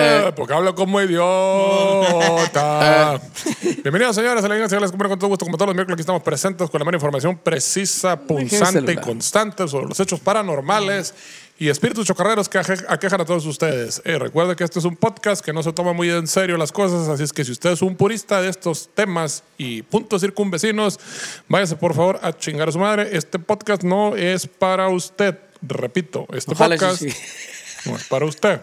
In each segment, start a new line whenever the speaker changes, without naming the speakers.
Eh, Porque hablo como
Eh.
idiota. Bienvenidos, señores, a la Iglesia les con todo gusto. Como todos los miércoles, aquí estamos presentes con la mera información precisa, punzante y
celular.
constante sobre los hechos paranormales y espíritus chocarreros que aje- aquejan a todos ustedes. Eh, recuerda que este es un podcast que no se toma muy en serio las cosas, así es que si usted es un purista de estos temas y puntos circunvecinos, váyase por favor a chingar a su madre. Este podcast no es para usted. Repito, este
Ojalá y
podcast
sí.
no es para usted.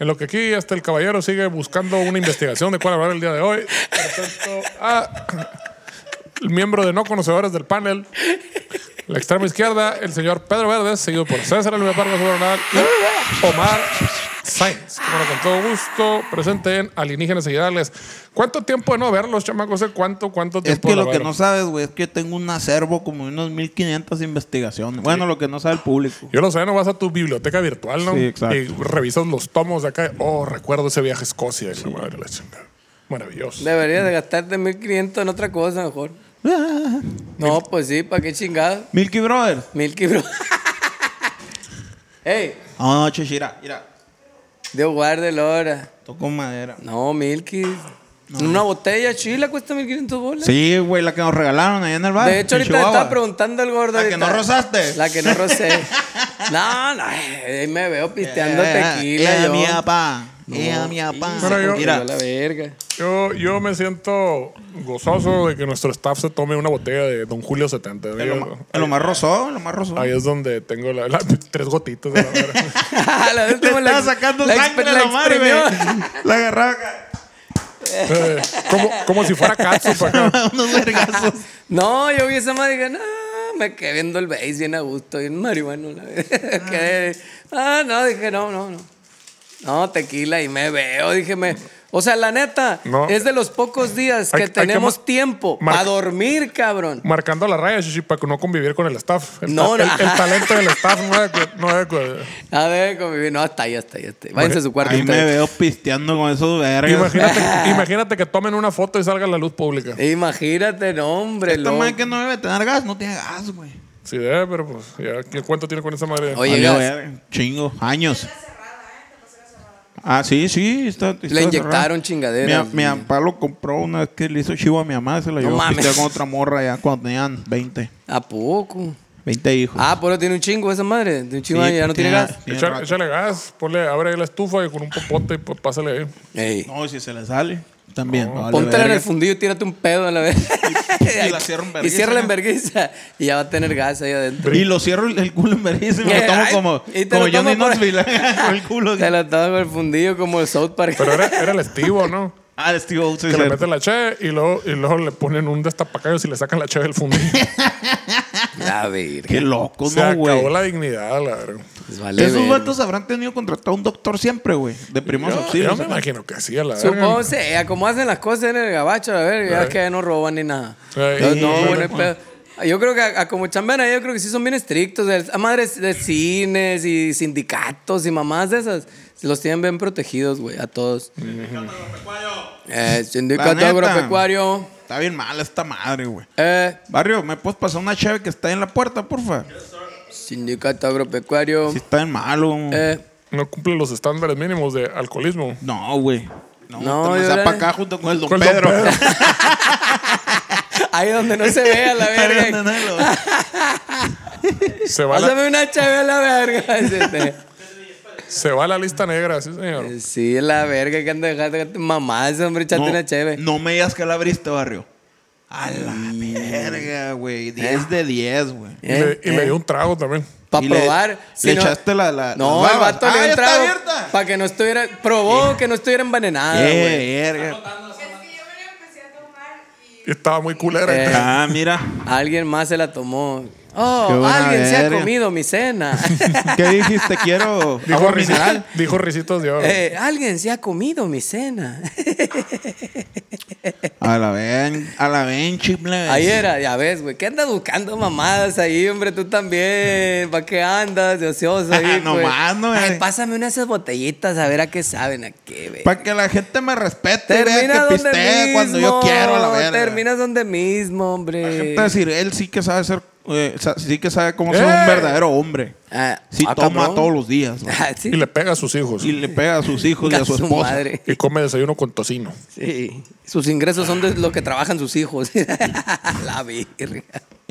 En lo que aquí hasta el caballero sigue buscando una investigación de cuál hablar el día de hoy. Presento a el miembro de no conocedores del panel, la extrema izquierda, el señor Pedro Verdes, seguido por César Alvia Vargas Obernal y Omar Sainz. Bueno, con todo gusto, presente en Alienígenas y Ideales. ¿Cuánto tiempo de no verlos, chamacos? ¿Cuánto, cuánto
Es
tiempo
que
de
lo que no
verlos?
sabes, güey, es que tengo un acervo como de unos 1500 investigaciones. Bueno, lo que no sabe el público.
Yo lo sé, no vas a tu biblioteca virtual, ¿no?
Sí, exacto.
Y revisas los tomos de acá. Oh, recuerdo ese viaje a Escocia. y la madre de la chingada. Maravilloso.
Deberías de gastarte 1500 en otra cosa mejor.
Ah,
No, pues sí, ¿para qué chingado?
Milky Brothers.
Milky Bro. Ey,
Ah, no, Cheshira, mira.
Dios guarde la hora.
Tocó madera.
No, Milky. Una botella chila cuesta 1500 bolas.
Sí, güey, la que nos regalaron allá en el bar.
De hecho,
en
ahorita le
Chihuahua.
estaba preguntando al gordo.
La que
ahorita.
no rozaste.
La que no rosé. no, no, ahí me veo pisteando
Eh, eh,
tequila.
eh,
yo.
mi papá. Eh, mi papá.
Y se
Pero yo-
congeló
Mira,
la verga.
Yo, yo me siento gozoso de que nuestro staff se tome una botella de Don Julio 70.
el
Yo-
Omar- el Omar rozó, el Omar rozó.
ahí es donde tengo la- la- tres gotitas. de la verga.
la
Le
última la-
estaba sacando
la
sangre
exper-
a
la
la madre, güey.
exprimió.
La agarraba acá,
Eh, como, como si fuera catsup acá.
unos vergazos.
No, yo vi esa madre y dije, no, me quedé viendo el bass bien a gusto, bien marihuano. La verdad. Quedé- ah, no, dije, no, no, no. No, tequila y me veo, dije, me... O sea, la neta,
No.
es de los pocos días que
Hay- hay que
tenemos
mar-
tiempo
mar-
para dormir, cabrón.
Marcando la raya, Shishi, para no convivir con el staff. El,
No,
ta- el-
no.
el talento del staff no es... de- No es de-
A ver, convivir. No, hasta ahí, hasta ahí, hasta ahí. Váyanse a su cuarto.
Ahí me
ustedes.
veo pisteando con esos vergas.
imagínate, imagínate que tomen una foto y salga a la luz pública.
Imagínate, no, hombre.
Esta madre
loco.
que no debe tener gas, no tiene gas, güey.
Sí, eh, pero pues, ya, ¿qué cuánto tiene con esa madre?
Oye,
Valió
gas.
verga. Chingo, años. Ah, sí, sí. Está, está cerrada.
inyectaron chingaderas,
Mi, mi
güey.
papá lo compró una vez que le hizo chivo a mi mamá. Se la llevó a
mames.
pistear con otra morra ya cuando tenían 20.
¿A poco?
20 hijos.
Ah, pero tiene un chingo esa madre. De un chingo
Sí,
ya no tiene
tiene-
gas.
tiene
Echa-
rato.
échale gas, ponle, abre ahí la estufa y con un popote y pues pásale ahí.
Ey.
No, y si se le sale. También. vale
Póntela en
verga.
el fundido y tírate un pedo a la vez.
y la cierro en
Y
vergüenza,
ciérrala en
¿no?
vergüenza. Y ya va a tener gas ahí adentro.
Y lo cierro el, el culo en vergüenza y me
Eh,
lo tomo
ay,
como,
y te
como
lo tomo
Johnny
por-
Knoxville. con el culo.
Te lo tomo con el fundido como el South Park.
Pero era, era el estivo, ¿no?
Ah, el Steve Oates. sí,
Que le
cierto.
meten la che y luego, y luego le ponen un destapacayos y le sacan la che del fundillo.
La verga.
Qué loco,
Se
Pues no, güey.
acabó la dignidad, la verdad.
Pues vale
Esos
verga.
vatos habrán tenido contratado a un doctor siempre, güey. De primos
Yo, yo
auxilios.
me imagino que sí, a la
Supongo,
verga.
sí, a como hacen las cosas en el gabacho, a ver, ya es que no roban ni nada.
Ey.
No, no,
Sí.
bueno, es pedo. Yo creo que a, a como chambean ahí, yo creo que sí son bien estrictos. el- A madres de cines y sindicatos y mamás de esas. Los tienen bien protegidos, güey, a todos. Eh, sindicato
La neta.
agropecuario.
Está bien mala esta madre, güey.
Eh,
Barrio, ¿me puedes pasar una chave que está ahí en la puerta, porfa?
sindicato agropecuario.
Si está en malo.
Eh,
No cumple los estándares mínimos de alcoholismo.
No, güey. No,
No,
no,
yo
está
la-
para acá junto con el don
Con el don
Pedro.
Pedro.
ahí donde no se vea la
Ahí donde
verga.
nadie lo ve.
Se va, la,
Pásame una chave a la verga. dice. este.
se va la lista negra, sí, señor.
Eh,
Sí, la verga que anda dejando. Mamás, hombre, echate una chave.
no me digas que la abriste, barrio. A la verga, güey. 10 de 10, güey.
Y, le, y
Eh,
le
eh.
dio un trago también.
Para
Y le-
probar.
le echaste la- la-
No,
las
el
babas.
vato
¡Ah,
le dio
ya
un
está
trago
abierta! Eh.
Para que no estuviera. Probó que no estuviera envenenada,
Qué
Ah, güey. Ah,
verga.
Y estaba muy culera.
Eh.
Ah, mira.
Alguien más se la tomó.
Qué
Oh,
buena
alguien se ha
verga.
comido mi cena.
¿Qué dijiste? Quiero
Dijo,
agua
Risi-
mineral.
dijo Risitos de Oro.
Eh, alguien se ha comido mi cena.
A la ven, a la ven, chiple.
Ahí era, ya ves, güey. ¿Qué andas buscando mamadas ahí, hombre? Tú también. ¿Para qué andas? De ocioso ahí,
Ah, No
pues?
más, no,
Ay,
eh.
pásame una de esas botellitas a ver a qué saben, a qué, güey.
Para que la gente me respete y
Termina
vea que
donde
pistee
mismo.
cuando yo quiero, a la verga.
Terminas donde mismo,
La
hombre.
gente va a decir, él sí que sabe ser, eh, sa- sí que sabe cómo ser
¡Eh!
un verdadero hombre.
Ah,
Sí
ah,
toma
cabrón.
todos los días. ¿no?
Ah, sí.
Y le pega a sus hijos.
Y
Y,
le pega a sus hijos y a su
Su
esposa.
madre.
come desayuno con tocino.
Sí. Sus ingresos son de lo que trabajan sus hijos. la virga.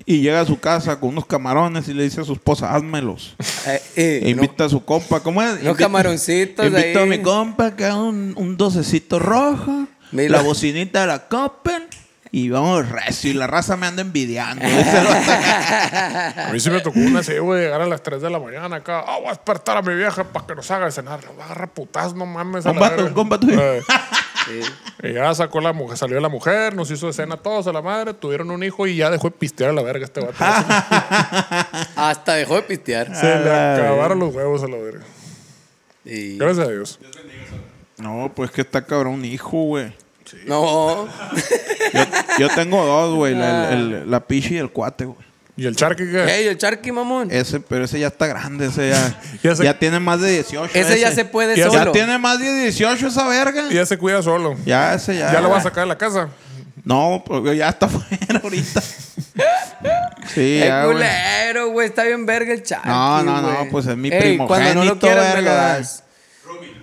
Y llega a su casa con unos camarones y le dice a su esposa, házmelos.
Eh, eh,
E
no.
invita a su compa. ¿Cómo es?
Unos
Invita-
camaroncitos
Invito a
ahí.
mi compa que haga un, un docecito rojo.
Mira.
La bocinita de la Copen. Y vamos recio. Y la raza me anda envidiando. Dice el vato.
A mí sí
Ah.
me tocó una así, güey, llegar a las 3 de la mañana acá. Ah, voy a despertar a mi vieja para que nos haga de cenar. La voy a agarrar putas, no mames. a la
Un vato,
verga.
un compa tuyo.
Eh, Y ya sacó la mujer, salió la mujer, nos hizo de cena a todos a la madre, tuvieron un hijo y ya dejó de pistear a la verga este vato.
Hasta dejó de pistear.
Se le acabaron los huevos a la verga.
Sí.
Gracias a Dios.
no, pues que está cabrón, hijo, güey.
No.
Yo, yo tengo dos, güey. La, el- el- la pichi y el cuate, güey.
¿Y el charqui qué?
Ey, el charqui, mamón.
Ese, pero ese ya está grande. Ese ya,
Ya
ya,
se-
tiene más de 18.
Ese ya se puede
Ya-
solo.
Ya tiene más de 18 esa verga.
Ya se cuida solo.
Ya, ese ya.
Ya lo va a sacar de la casa.
No, porque ya está fuera ahorita. Sí,
Es
ya, güey.
culero, güey. Está bien verga el charqui.
No, no, no,
güey.
pues es mi
Ey, cuando no lo
primogénito,
quieras, me lo
verga.
das.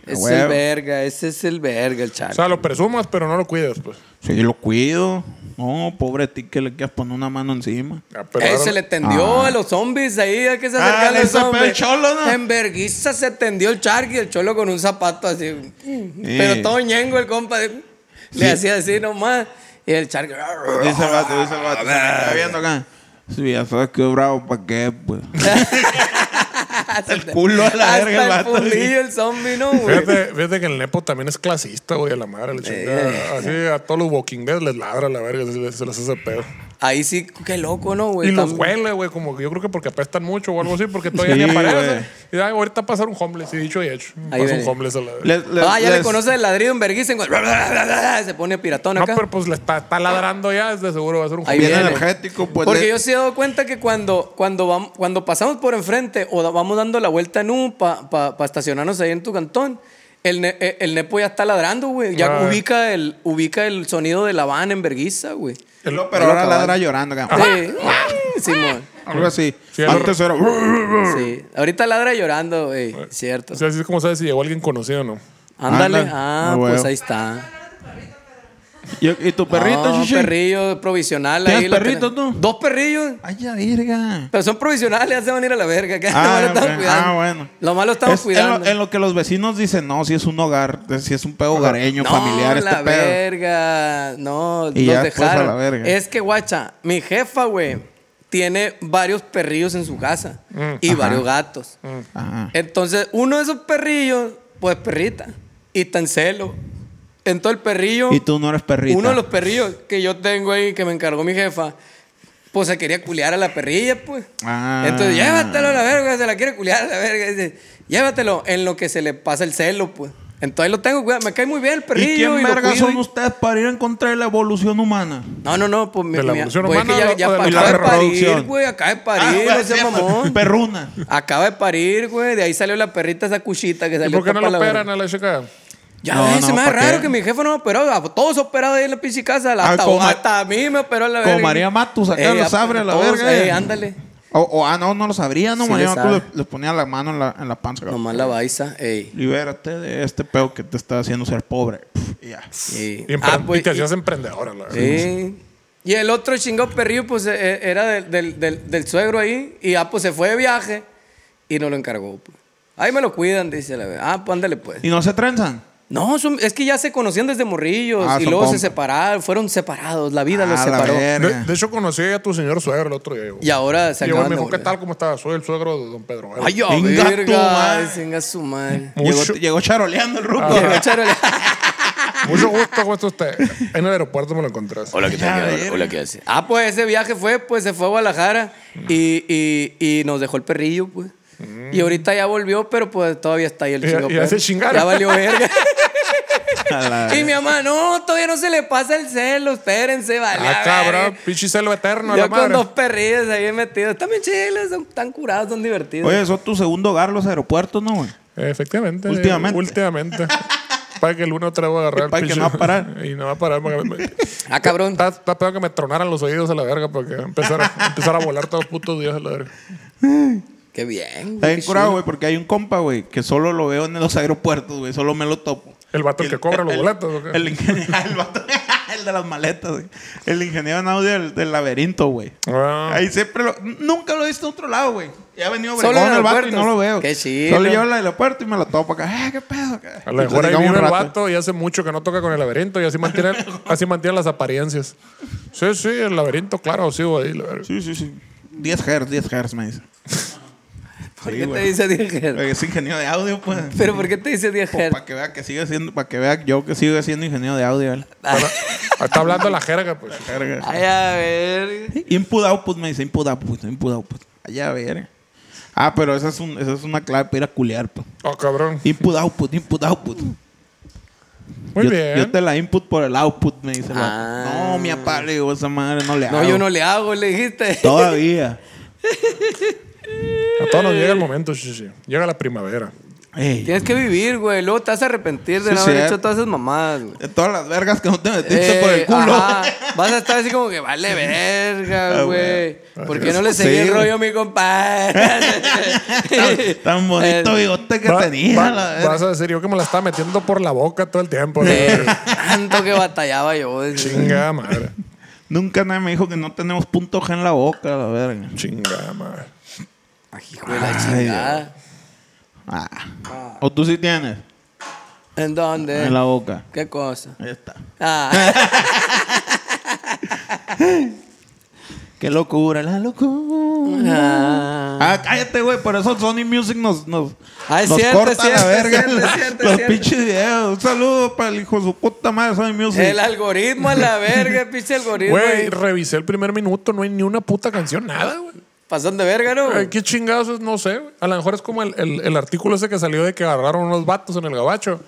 Es el
Huevo.
verga, ese es el verga, el
O
charqui.
sea, lo presumas, pero no lo cuidas, pues.
Sí, lo cuido. No, pobre ti que le quieras poner una mano encima.
Ah, pero
Ey,
ahora-
Eh, se le tendió a los zombies ahí, a que se
Ah,
acercaron
le
los
hizo
zombies.
el cholo, ¿no?
En verguiza se tendió el charqui, el cholo con un zapato así. mm, Pero todo ñengo el compa. de- Le hacía así nomás. Y el charqui.
Dice el vato, dice el vato. Se me está viendo acá. Sí, ya sabes que bravo, ¿para qué? Pues.
el
culo a la verga, el
Hasta el
vato, sí.
fundillo, el zombie, ¿no, güey?
Fíjate, fíjate que el Nepo también es clasista, güey, a la madre. Le
Eh.
chinga. Así a todos los Walking Dead les ladra la verga, se les, se les hace pedo.
Ahí sí, qué loco, ¿no, güey?
y los
Tam-
huele, güey, como que yo creo que porque apestan mucho o algo así, porque todavía ni
Sí,
aparecen.
güey.
Y ya, ahorita va a pasar un homeless, y dicho y hecho.
Ahí
Pasa un
viene.
homeless a la verga.
Les- les-
ah, ya le
les-
conoce el ladrido en verguiza. en cuanto- Se pone piratón
No,
acá.
pero pues le está, está ladrando ya, es de seguro va a ser un
Ahí
Bien
homeless.
viene.
energético, pues.
Porque
le-
yo sí he dado cuenta que cuando, cuando, vam- cuando pasamos por enfrente o da- vamos dando la vuelta en un para estacionarnos ahí en tu cantón, el, ne- eh, el Nepo ya está ladrando, güey. Ya
Ah.
ubica, el, ubica el sonido de la van en verguiza, güey.
Lo- pero ahora ladra llorando acá.
Sí. Ah, Simón.
Algo así.
Sí, el-
Antes era.
Sí. Ahorita ladra llorando, güey. Cierto.
O sea, así es como sabes si llegó alguien conocido o no.
Ándale.
ándale.
Ah,
Ah,
pues
huevo.
ahí está.
¿Y, y tu perrito,
No,
Shishi?
perrillo provisional.
¿Tienes
ahí lo
perrito
tenemos.
tú?
Dos perrillos.
Ay, ya, verga.
Pero son provisionales, ya se van a ir a la verga. Que
Ah,
nomás lo estamos
ok.
cuidando.
Ah, bueno.
Lo malo estamos
Es- en lo-
cuidando. Ah,
En lo, que los vecinos dicen, no, si es un hogar, si es un pedo hogareño, familiar, este
la
pedo.
verga. No,
Y
los
ya después a
dejaron.
la verga.
Es que, guacha, mi jefa, güey, tiene varios perrillos en su casa y varios gatos.
Ajá.
Entonces, uno de esos perrillos, pues perrita, y está en celo. Entonces, el perrillo,
Y tú no eres perrito.
uno de los perrillos que yo tengo ahí, que me encargó mi jefa, pues se quería culiar a la perrilla, pues.
Ah.
Entonces, llévatelo a la verga, se la quiere culiar a la verga. Dice, llévatelo en lo que se le pasa el celo, pues. Entonces ahí lo tengo, güey. Me cae muy bien el perrillo.
¿Y quién
lo
verga
cuido
son
y-
ustedes para ir en contra de la evolución humana?
No, no, no, pues mi,
¿De la
mi-
evolución
pues, es
humana
que ya, ya
o de la
acaba de parir,
reproducción?
güey. Acaba de parir,
Ah,
no sea
sí,
mamón.
Perruna.
Acaba de parir, güey. De ahí salió la perrita esa cuchita que
¿Y
salió.
por qué no
tapa
lo
la
operan
verga.
a la chica?
Ya
No,
ves, se
no,
me hace
¿pa'
raro
qué?
que mi jefe no me operó. A Todos operados ahí en la pinche casa.
Ah,
Hasta,
como-
hasta a mí me operó la
como
verga.
María Matus, acá los
a-
abre a la
todos,
verga.
Eh, ándale.
O, o, ah, no, no lo sabría, no,
Sí
María
le
Matus
sabe.
les, les ponía la mano en la, en la panza.
Nomás la baiza, ey.
Libérate de este pedo que te está haciendo ser pobre. Pff, y ya.
Sí.
Y, empre-
Ah, pues,
y te
y-
hacías emprendedora, la verga.
Sí. Y el otro chingado perrillo, pues e- e- era del, del- del- del suegro ahí. Y ya, pues se fue de viaje y no lo encargó. pues. Ahí me lo cuidan, dice la verdad. Ah, pues ándale, pues.
¿Y no se trenzan?
No, son- es que ya se conocían desde morrillos
Ah,
y
son
luego se
compas.
separaron, fueron separados, la vida los
Ah, la
separó.
verga.
De, de hecho, conocí a tu señor suegro el otro día. güey.
Y ahora se
Y güey,
acaban
me
de
dijo, ¿qué
volver.
tal? ¿Cómo estás? Soy el suegro de don Pedro.
Ay, yo,
Venga tu
verga,
madre.
venga su madre.
Llegó,
Mucho. Ah.
llegó charoleando el ruco.
Llegó Charol-
Mucho gusto, ¿cómo está usted? En el aeropuerto me lo encontré.
Hola, ¿qué tal? Hola, hola, ¿qué hace? Ah, pues ese viaje fue, pues se fue a Guadalajara y, y, y nos dejó el perrillo, pues. Y ahorita ya volvió, pero pues todavía está ahí el
Ya-
chingo.
ya
perro.
se chingaron.
Ya valió verga.
A la-
y mi mamá, no, todavía no se le pasa el celo, espérense, vale.
Ah,
a
cabrón,
ver".
pinche celo eterno, a
Yo
la
con
madre.
dos perrillos ahí metidos. Están bien chiles, son tan curados, son divertidos.
Oye, son tu segundo hogar los aeropuertos, ¿no, güey?
Efectivamente.
Últimamente.
Últimamente. para que el uno otra vez voy a agarrar el
Para que
pinche-
no va a parar.
Y no va a parar. Porque me-
ah, cabrón.
está, está peor que me tronaran los oídos a la verga porque empezar a, empezar a volar todos los putos días a la verga.
Qué bien.
Está
güey,
bien
qué
curado,
chido.
güey, porque hay un compa, güey, que solo lo veo en los aeropuertos, güey. Solo me lo topo.
El vato el que cobra los boletos, ¿o qué?
El ingeniero, el vato- el de las maletas, güey. El ingeniero en audio del, del laberinto, güey.
Ah.
Ahí siempre lo... Nunca lo he visto en otro lado, güey. Ya ha venido
Solo
Obregón
en
el vato y
aeropuertos.
no lo veo.
Qué chido.
Solo llevo al aeropuerto y me lo topo acá. Ah, qué pedo. acá.
A lo
Y
mejor ahí
platicamos
vive
un
el
rato.
vato y hace mucho que no toca con el laberinto y así mantiene, así mantiene las apariencias. Sí, sí, el laberinto, claro, sí, güey. la verga.
Sí, sí, sí. 10 Hz, 10 Hz me dice.
¿Por
Sí,
qué te
güey.
dice Diego?
Oye, Es ingeniero de audio, pues.
¿Pero por qué te dice Diego?
Para que vea que sigue siendo, para que vea yo que sigo siendo ingeniero de audio. ¿vale?
Está hablando la jerga, pues.
Verga.
Ay, a ver.
Input output me dice input output, input output. Allá verga. Ah, pero esa es un, esa es una clave para ir a culear, pues.
Oh, cabrón.
Input output, input output.
Muy
yo,
bien.
yo te la input por el output, me dice. el vato.
Ah.
No, mi apá, le digo, esa madre no le hago.
No, yo no le hago, le dijiste.
Todavía.
A todos nos llega el momento, sí, sí. Llega la primavera.
Ey,
Tienes que vivir, güey. Luego te vas a arrepentir de
Sí,
no haber
cierto.
hecho todas esas mamadas, güey.
de todas las vergas que no te metiste
Eh,
por el culo.
ajá. Vas a estar así como que vale verga,
Ah,
güey.
güey.
¿Por qué no le seguí
Sí,
el
güey.
rollo a mi compadre?
tan, tan
Eh,
bonito bigote que
Va-
tenía.
va-
la verga.
vas a decir yo que me la estaba metiendo por la boca todo el tiempo. la
Eh,
verga.
tanto que batallaba yo. güey.
Chingada madre.
Nunca nadie me dijo que no tenemos punto G en la boca, la verga.
Chingada madre.
Ay, Hijo de la chingada.
Ah. Eh. O tú sí tienes
¿En dónde?
en la boca.
¿Qué cosa?
Ahí está.
Ah,
Qué locura, la locura.
ah.
Ah, cállate, güey. Por eso Sony Music nos, nos,
Ah, es
nos
cierto,
corta
es cierto,
la
es
verga.
cierto, es cierto, es
los
cierto.
pinches videos. Un saludo para el hijo de su puta madre Sony Music.
El algoritmo a la verga, pinche algoritmo.
Güey,
ahí.
revisé el primer minuto, no hay ni una puta canción, nada, güey.
Pasón de verga, ¿no?
Ay, Eh, ¿Qué chingados es? No sé. güey. A lo mejor es como el, el- el artículo ese que salió de que agarraron unos vatos en el gabacho.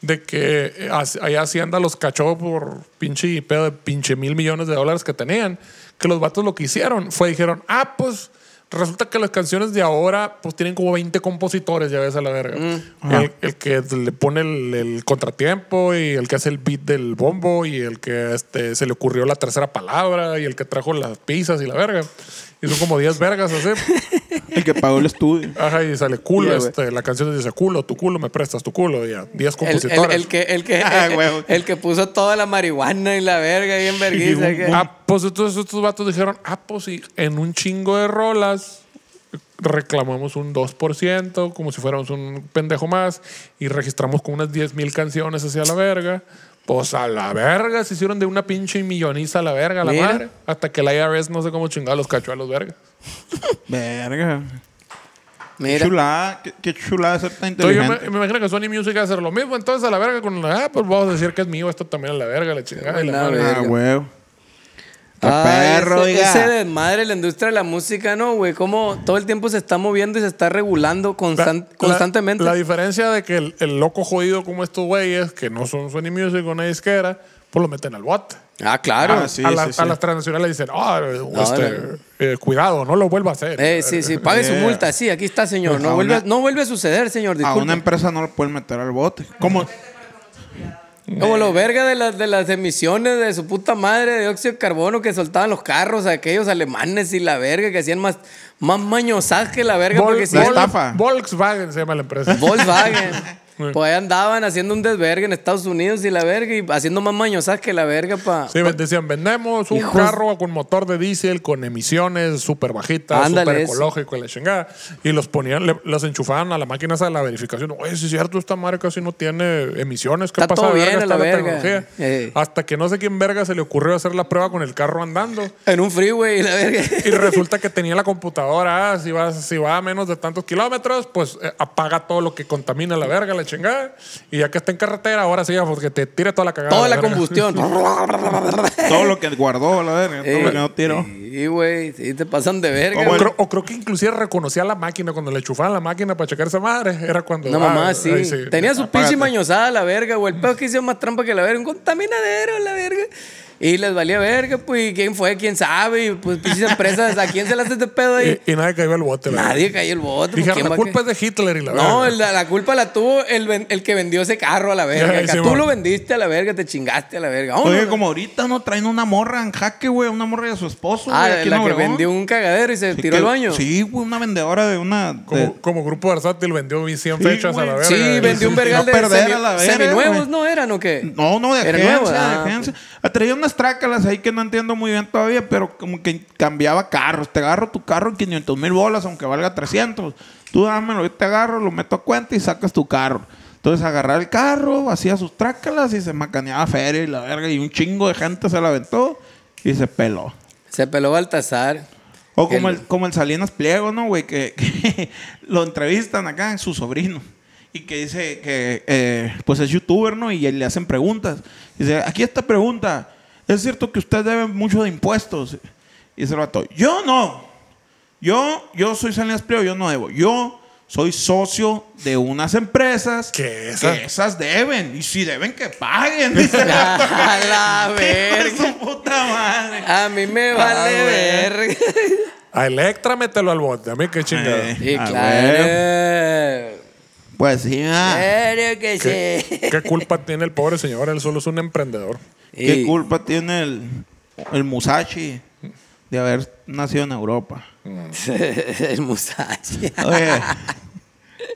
De que eh, as- allá Hacienda los cachó por pinche pedo de pinche mil millones de dólares que tenían. Que los vatos lo que hicieron fue dijeron, ah, pues resulta que las canciones de ahora pues tienen como 20 compositores, ya ves a la verga. El, el que le pone el, el contratiempo y el que hace el beat del bombo y el que este, se le ocurrió la tercera palabra y el que trajo las pizzas y la verga. Y son como 10 vergas así.
El que pagó el estudio.
Ajá, y sale culo.
Ya, güey.
este, la canción dice culo, tu culo, me prestas tu culo. y Ya, 10
El, el-
compositores.
el que, el, que,
Ah, huevo.
el que puso toda la marihuana y la verga bien verguiza.
un-
que-
Ah, pues entonces estos vatos dijeron, ah, pues sí, en un chingo de rolas reclamamos un 2%, como si fuéramos un pendejo más, y registramos con unas 10 mil canciones hacia la verga. Pues a la verga, se hicieron de una pinche milloniza a la verga, a la
Mira.
madre. Hasta que la IRS no sé cómo chingar los cachó a los vergas.
Verga. Qué
Mira.
chulada, qué, qué chulada ser tan
Entonces yo me,
inteligente.
me imagino que Sony Music va a hacer lo mismo. Entonces a la verga con la... Ah, pues vamos a decir que es mío esto también a la verga, la chingada. y la
Buena
madre.
verga.
Ah, huevo. Está
Ay,
perro,
Ah, ese,
oiga.
ese desmadre de la industria de la música, ¿no, güey? Cómo todo el tiempo se está moviendo y se está regulando
La-
constan-
la-
constantemente.
La, diferencia de que el, el loco jodido como estos güeyes, que no son Sony Music o una disquera, pues lo meten al bote.
ah, claro.
Ah, sí,
a, la-
sí, sí.
a las transnacionales dicen, ah, este,
no.
eh, cuidado, no lo vuelva a hacer.
Eh, sí, sí, pague su
Yeah.
multa. Sí, aquí está, señor.
A
No vuelve, a-
una-
no vuelve a suceder, señor.
A una
Disculpe.
empresa no lo pueden meter al bote. Como
Como los verga de las, de las emisiones de su puta madre de dióxido de carbono que soltaban los carros, aquellos alemanes y la verga que hacían más, más mañosas que la verga.
Vol-
porque si
Vol-
La estafa.
Volkswagen se llama la empresa.
Volkswagen. Pues ahí andaban haciendo un desvergue en Estados Unidos y la verga, y haciendo más mañosas que la verga para.
Sí, ven- decían, vendemos un
Hijos-
carro con motor de diésel, con emisiones súper bajitas,
Ándale,
súper
eso.
ecológico, y la chingada. Y los ponían, le- los enchufaban a la máquina esa de la verificación. Oye, sí es cierto, esta madre casi no tiene emisiones. ¿Qué
Está
pasa
todo
de verga?
bien a
Está
la
la
verga.
tecnología.
Eh.
Hasta que no sé quién verga se le ocurrió hacer la prueba con el carro andando.
En un freeway y la verga.
Y resulta que tenía la computadora, ah, si va, si va a menos de tantos kilómetros, pues eh, apaga todo lo que contamina la verga, la chingada. Y ya que está en carretera, ahora sí, porque te tire toda la cagada.
Toda la
Ah, verga.
combustión. Eh,
Todo lo que guardó, la verga. Todo lo que no tiró.
Sí, güey. Sí, te pasan de verga.
O
güey.
creo, o creo que inclusive reconocía la máquina cuando le chufaban la máquina para checar esa madre. Era cuando.
No,
ah,
mamá, sí.
ahí
Tenía su pinche
Apágate.
mañosada, la verga, güey. El pedo que hizo más trampa que la verga. Un contaminadero, la verga. Y les valía verga, pues. ¿y ¿Quién fue? ¿Quién sabe? Y pues, pinches empresas, ¿a quién se las hace este pedo ahí?
Y, y nadie cayó al bote. la
Nadie cayó el bote. pues,
Dije,
¿quién
la
va a
culpa
caer?"
es de Hitler y la
No,
verga.
el- la, culpa la tuvo el, ven- el que vendió ese carro a la verga.
Ay,
acá.
sí,
Tú
mon.
lo vendiste a la verga, te chingaste a la verga. Vámonos.
Oye, como ahorita no traen una morra en jaque, güey. Una morra de su esposo.
Ah,
güey, aquí en
la que
Obregón.
vendió un cagadero y se
Sí,
tiró
que-
al baño. Sí,
Sí, güey, una vendedora de una. de-
Como, como grupo versátil vendió 100 fechas a la verga.
güey.
vendió un
sí,
vergal
no
de
perder
semi-
a la verga,
seminuevos,
güey.
¿no eran o qué?
No, no, de
Era
agencia,
nuevo,
de
ah,
agencia. Ah, Traía unas trácalas ahí que no entiendo muy bien todavía, pero como que cambiaba carros. Te agarro tu carro en 500 mil bolas, aunque valga 300. Tú dámelo, yo te agarro, lo meto a cuenta y sacas tu carro. Entonces agarraba el carro, hacía sus trácalas y se macaneaba feria y la verga. Y un chingo de gente se la aventó y se peló.
Se peló Baltasar.
O como el,
El-
como el Salinas Pliego, ¿no, güey? Que, que lo entrevistan acá en su sobrino. Y que dice que, eh, pues es youtuber, ¿no? Y le hacen preguntas. Dice, aquí esta pregunta. ¿Es cierto que usted debe mucho de impuestos? Y se lo ató. Yo no. Yo, yo soy Salinas Pliego, yo no debo. Yo soy socio de unas empresas
Que esas-
que esas deben. Y si deben, que paguen. Dice el vato.
A la
Hijo de
verga.
su puta madre.
A mí me vale
Ah, güey.
verga.
A Electra mételo al bote. A mí qué chingada.
Eh.
Y
Ah,
claro.
Pues sí, ah.
Claro que
¿Qué,
sí.
qué culpa tiene el pobre señor? Él solo es un emprendedor.
¿Qué
Y-
culpa tiene el, el Musashi de haber nacido en Europa?
el Musashi.
Oye,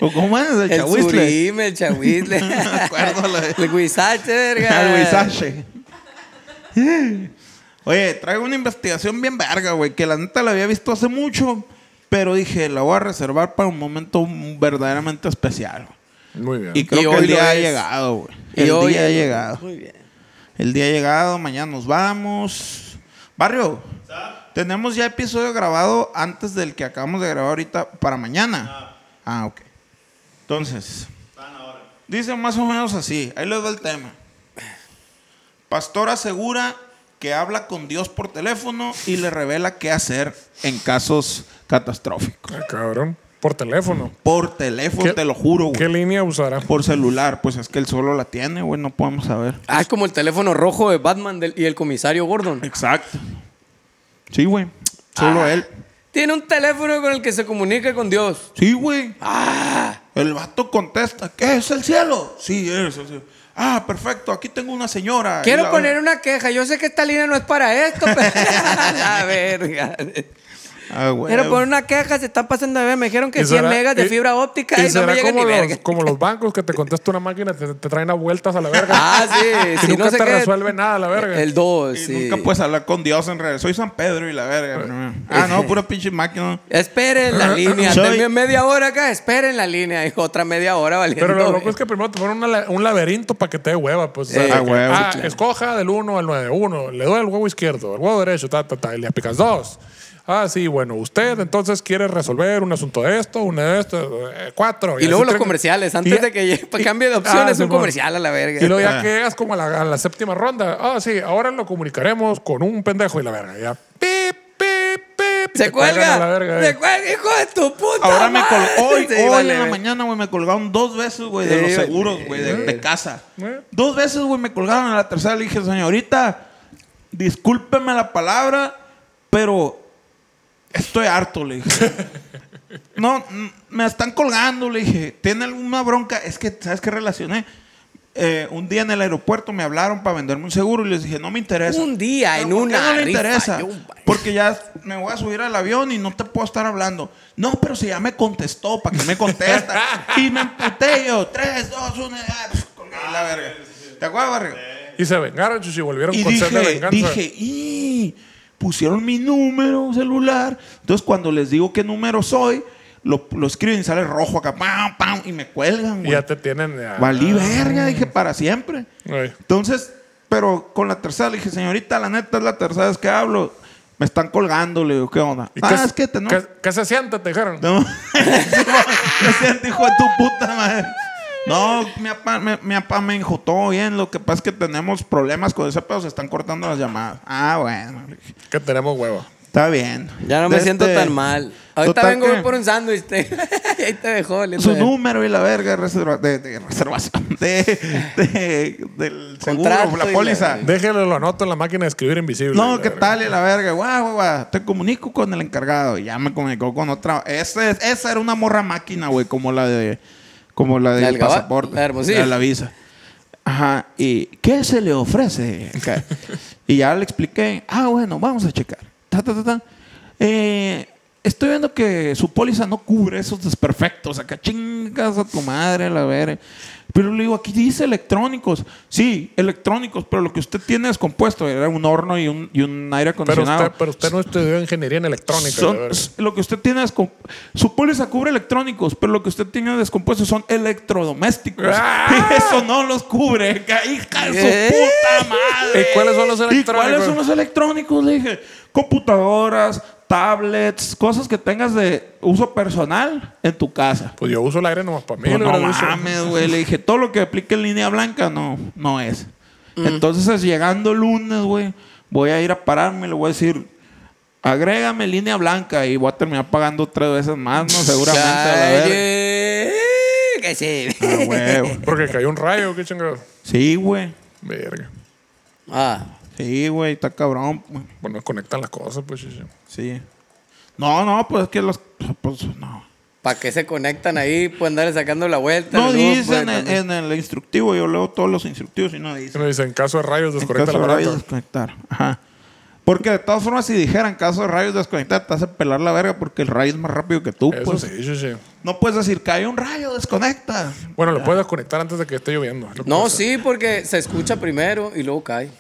¿o ¿cómo es el,
El
chahuizle?
surime, el chahuizle.
Me acuerdo la-
El guisache, verga.
El Musashi. Oye, traigo una investigación bien verga, güey, que la neta la había visto hace mucho, pero dije, la voy a reservar para un momento verdaderamente especial.
Muy bien.
Y creo
Y
que
hoy
el
lo
día ha
es.
llegado, güey.
Y
El
hoy-
día ha llegado.
Muy bien.
El día ha llegado, mañana nos vamos. Barrio, tenemos ya episodio grabado antes del que acabamos de grabar ahorita para mañana. Ah, ok. Entonces, dice más o menos así, ahí les va el tema. Pastor asegura que habla con Dios por teléfono y le revela qué hacer en casos catastróficos.
Ah, cabrón. Por teléfono.
Por teléfono,
Pues
¿Qué-
te lo juro,
¿Qué
güey.
línea usará?
Por celular, pues es que él solo la tiene, güey, no podemos saber.
Ah, es como el teléfono rojo de Batman del- y el comisario Gordon.
Exacto. Sí, güey. Solo
Ah.
él.
Tiene un teléfono con el que se comunica con Dios.
Sí, güey.
Ah.
El vato contesta, ¿qué es el cielo? Sí, es el cielo. Ah, perfecto, aquí tengo una señora. Y
Quiero
la-
poner una queja. Yo sé que esta línea no es para esto, pero. A la verga.
Ah, güey.
Quiero poner una queja. Se están pasando de ver. Me dijeron que 100 megas de
y-
fibra óptica
y
y, no
será
me llegan
como,
ni
los,
verga.
como los bancos que te contesta una máquina te, te traen a vueltas a la verga.
Ah, sí.
Y
si
nunca
no sé
te
qué-
resuelve nada la verga.
El 2,
Y
sí.
Nunca pues- puedes hablar con Dios en realidad. Soy San Pedro y la verga. pero- Ah, no, pura pinche máquina.
Esperen la línea.
Soy-
Denme media hora acá. Esperen la línea. Y otra media hora valiendo.
Pero lo loco
güey.
es que primero te ponen una la- un laberinto para que te dé hueva, pues. o sea,
Eh,
de
ah,
que,
huevo,
ah,
claro.
escoja del 1 al 9. 1, le doy el huevo izquierdo, el huevo derecho, ta, ta, ta, y le aplicas 2. Ah, sí, bueno, usted entonces quiere resolver un asunto de esto, uno de esto, eh, cuatro.
Y luego
así
los
te-
comerciales, antes
y-
de que llegue-
y-
cambie de opción, es un
Simón.
comercial a la verga.
Y luego ya
Ah.
que llegas como a la, a la séptima ronda. Ah, sí, ahora lo comunicaremos con un pendejo y la verga. Ya. Pip, pip, pip. y
Se
te cuelgan
cuelga.
a la verga,
se
eh.
cuelga, hijo de tu puta.
Ahora me
madre.
colgó. Hoy,
Sí,
hoy
vale,
en la
ve.
mañana, güey, me colgaron dos veces, güey,
Sí,
de los
vale.
seguros, güey, de, de casa.
Eh.
Dos veces, güey, me colgaron. En la tercera le dije, señorita, discúlpeme la palabra, pero estoy harto, le dije. no, mm, me están colgando, le dije. ¿Tiene alguna bronca? Es que, ¿sabes qué relacioné? Eh, un día en el aeropuerto me hablaron para venderme un seguro y les dije, no me interesa.
Un día,
Pero
en
¿por qué
una
No le
rifa,
interesa.
yo-
Porque ya me voy a subir al avión y no te puedo estar hablando. No, pero si ya me contestó, ¿para qué me contesta? y me emputé yo. Tres, dos, uno. ah, pf, colgué la verga. ¿Te acuerdas, barrio?
eh. Y se vengaron, chuchi, volvieron
Y
con sed de
dije,
venganza.
dije, y pusieron mi número celular. Entonces, cuando les digo qué número soy, lo, lo escriben y sale rojo acá, pam, pam, y me cuelgan,
y
güey.
ya te Ah. tienen. ya.
Valí verga, dije, para siempre.
Ay.
Entonces, pero con la tercera le dije, señorita, la neta es la tercera vez que hablo. Me están colgando, le digo, ¿qué onda?
¿Y
Ah,
qué,
es que te no.
qué- qué se siente? Te dijeron.
no. Me siento hijo de tu puta madre. No, mi papá me, mi papá me enjotó bien. Lo que pasa es que tenemos problemas con ese pedo. Se están cortando las llamadas. Ah, bueno.
Que tenemos hueva.
Está bien.
Ya no me
Este,
siento tan mal. Ahorita
total
vengo
que
voy por un sándwich. te- y ahí te dejó. oliendo
Su
a-
número y la verga de, reserva- de- de reservación. De, de- del seguro,
Contrato y
la
la
póliza.
verga.
Déjelo, lo anoto en la máquina de escribir invisible.
No,
La
¿qué
verga.
tal? Y la verga, guau, guau, guau. Te comunico con el encargado. Y Ya me comunicó con otra. Ese, esa era una morra máquina, güey, como la de. Como la
¿La
del
del Gabá-
pasaporte.
la de Hermosillo?
La de la visa. Ajá. ¿Y qué se le ofrece? Acá. y ya le expliqué. Ah, bueno, vamos a checar. Ta, ta, ta, ta. Eh, estoy viendo que su póliza no cubre esos desperfectos. Acá chingas a tu madre, la verga. Pero le digo, aquí dice electrónicos. Sí, electrónicos, pero lo que usted tiene descompuesto era un horno y un, y un aire
Pero
acondicionado.
usted, pero usted no estudió ingeniería en electrónica.
Son-
la verga.
s- lo que usted tiene es su póliza cubre electrónicos, pero lo que usted tiene descompuesto son electrodomésticos.
¡Ah!
Eso no los cubre, ca- hija de su
¿Eh?
puta madre.
¿Y cuáles son los
¿Y cuáles
electrónicos?
son los electrónicos? Le dije, computadoras, tablets, cosas que tengas de uso personal en tu casa.
Pues yo uso el aire nomás para mí.
Pero
le
Pues no
hubiera dicho.
mames, güey. Le dije, todo lo que aplique en línea blanca no, no es. Entonces, llegando el lunes, güey, voy a ir a pararme y le voy a decir, agrégame línea blanca y voy a terminar pagando tres veces más, ¿no? Seguramente. a la
Ay,
verga.
eh, que sí.
Ah, güey.
Porque cayó un rayo, qué chingado.
Sí, güey.
Verga.
Ah,
Sí, güey, está cabrón. güey.
Bueno, conectan las cosas, pues. sí, sí.
Sí. No, no, pues es que los. Pues no.
¿para qué se conectan ahí? Pueden darle sacando la vuelta.
No
el pues, loop,
dicen
güey,
en, en el instructivo, yo leo todos los instructivos y no dicen.
Me dicen, en caso de rayos,
En
desconecta
caso
la
de rayos
planta.
desconectar. Ajá. Porque de todas formas, si dijeran caso de rayos desconectar, te hace pelar la verga porque el rayo es más rápido que tú.
Eso
pues.
sí, sí, sí.
No puedes decir que hay un rayo, desconecta.
Bueno, lo puedes desconectar antes de que esté lloviendo. es lo que
No,
pasa.
sí, porque se escucha primero y luego cae.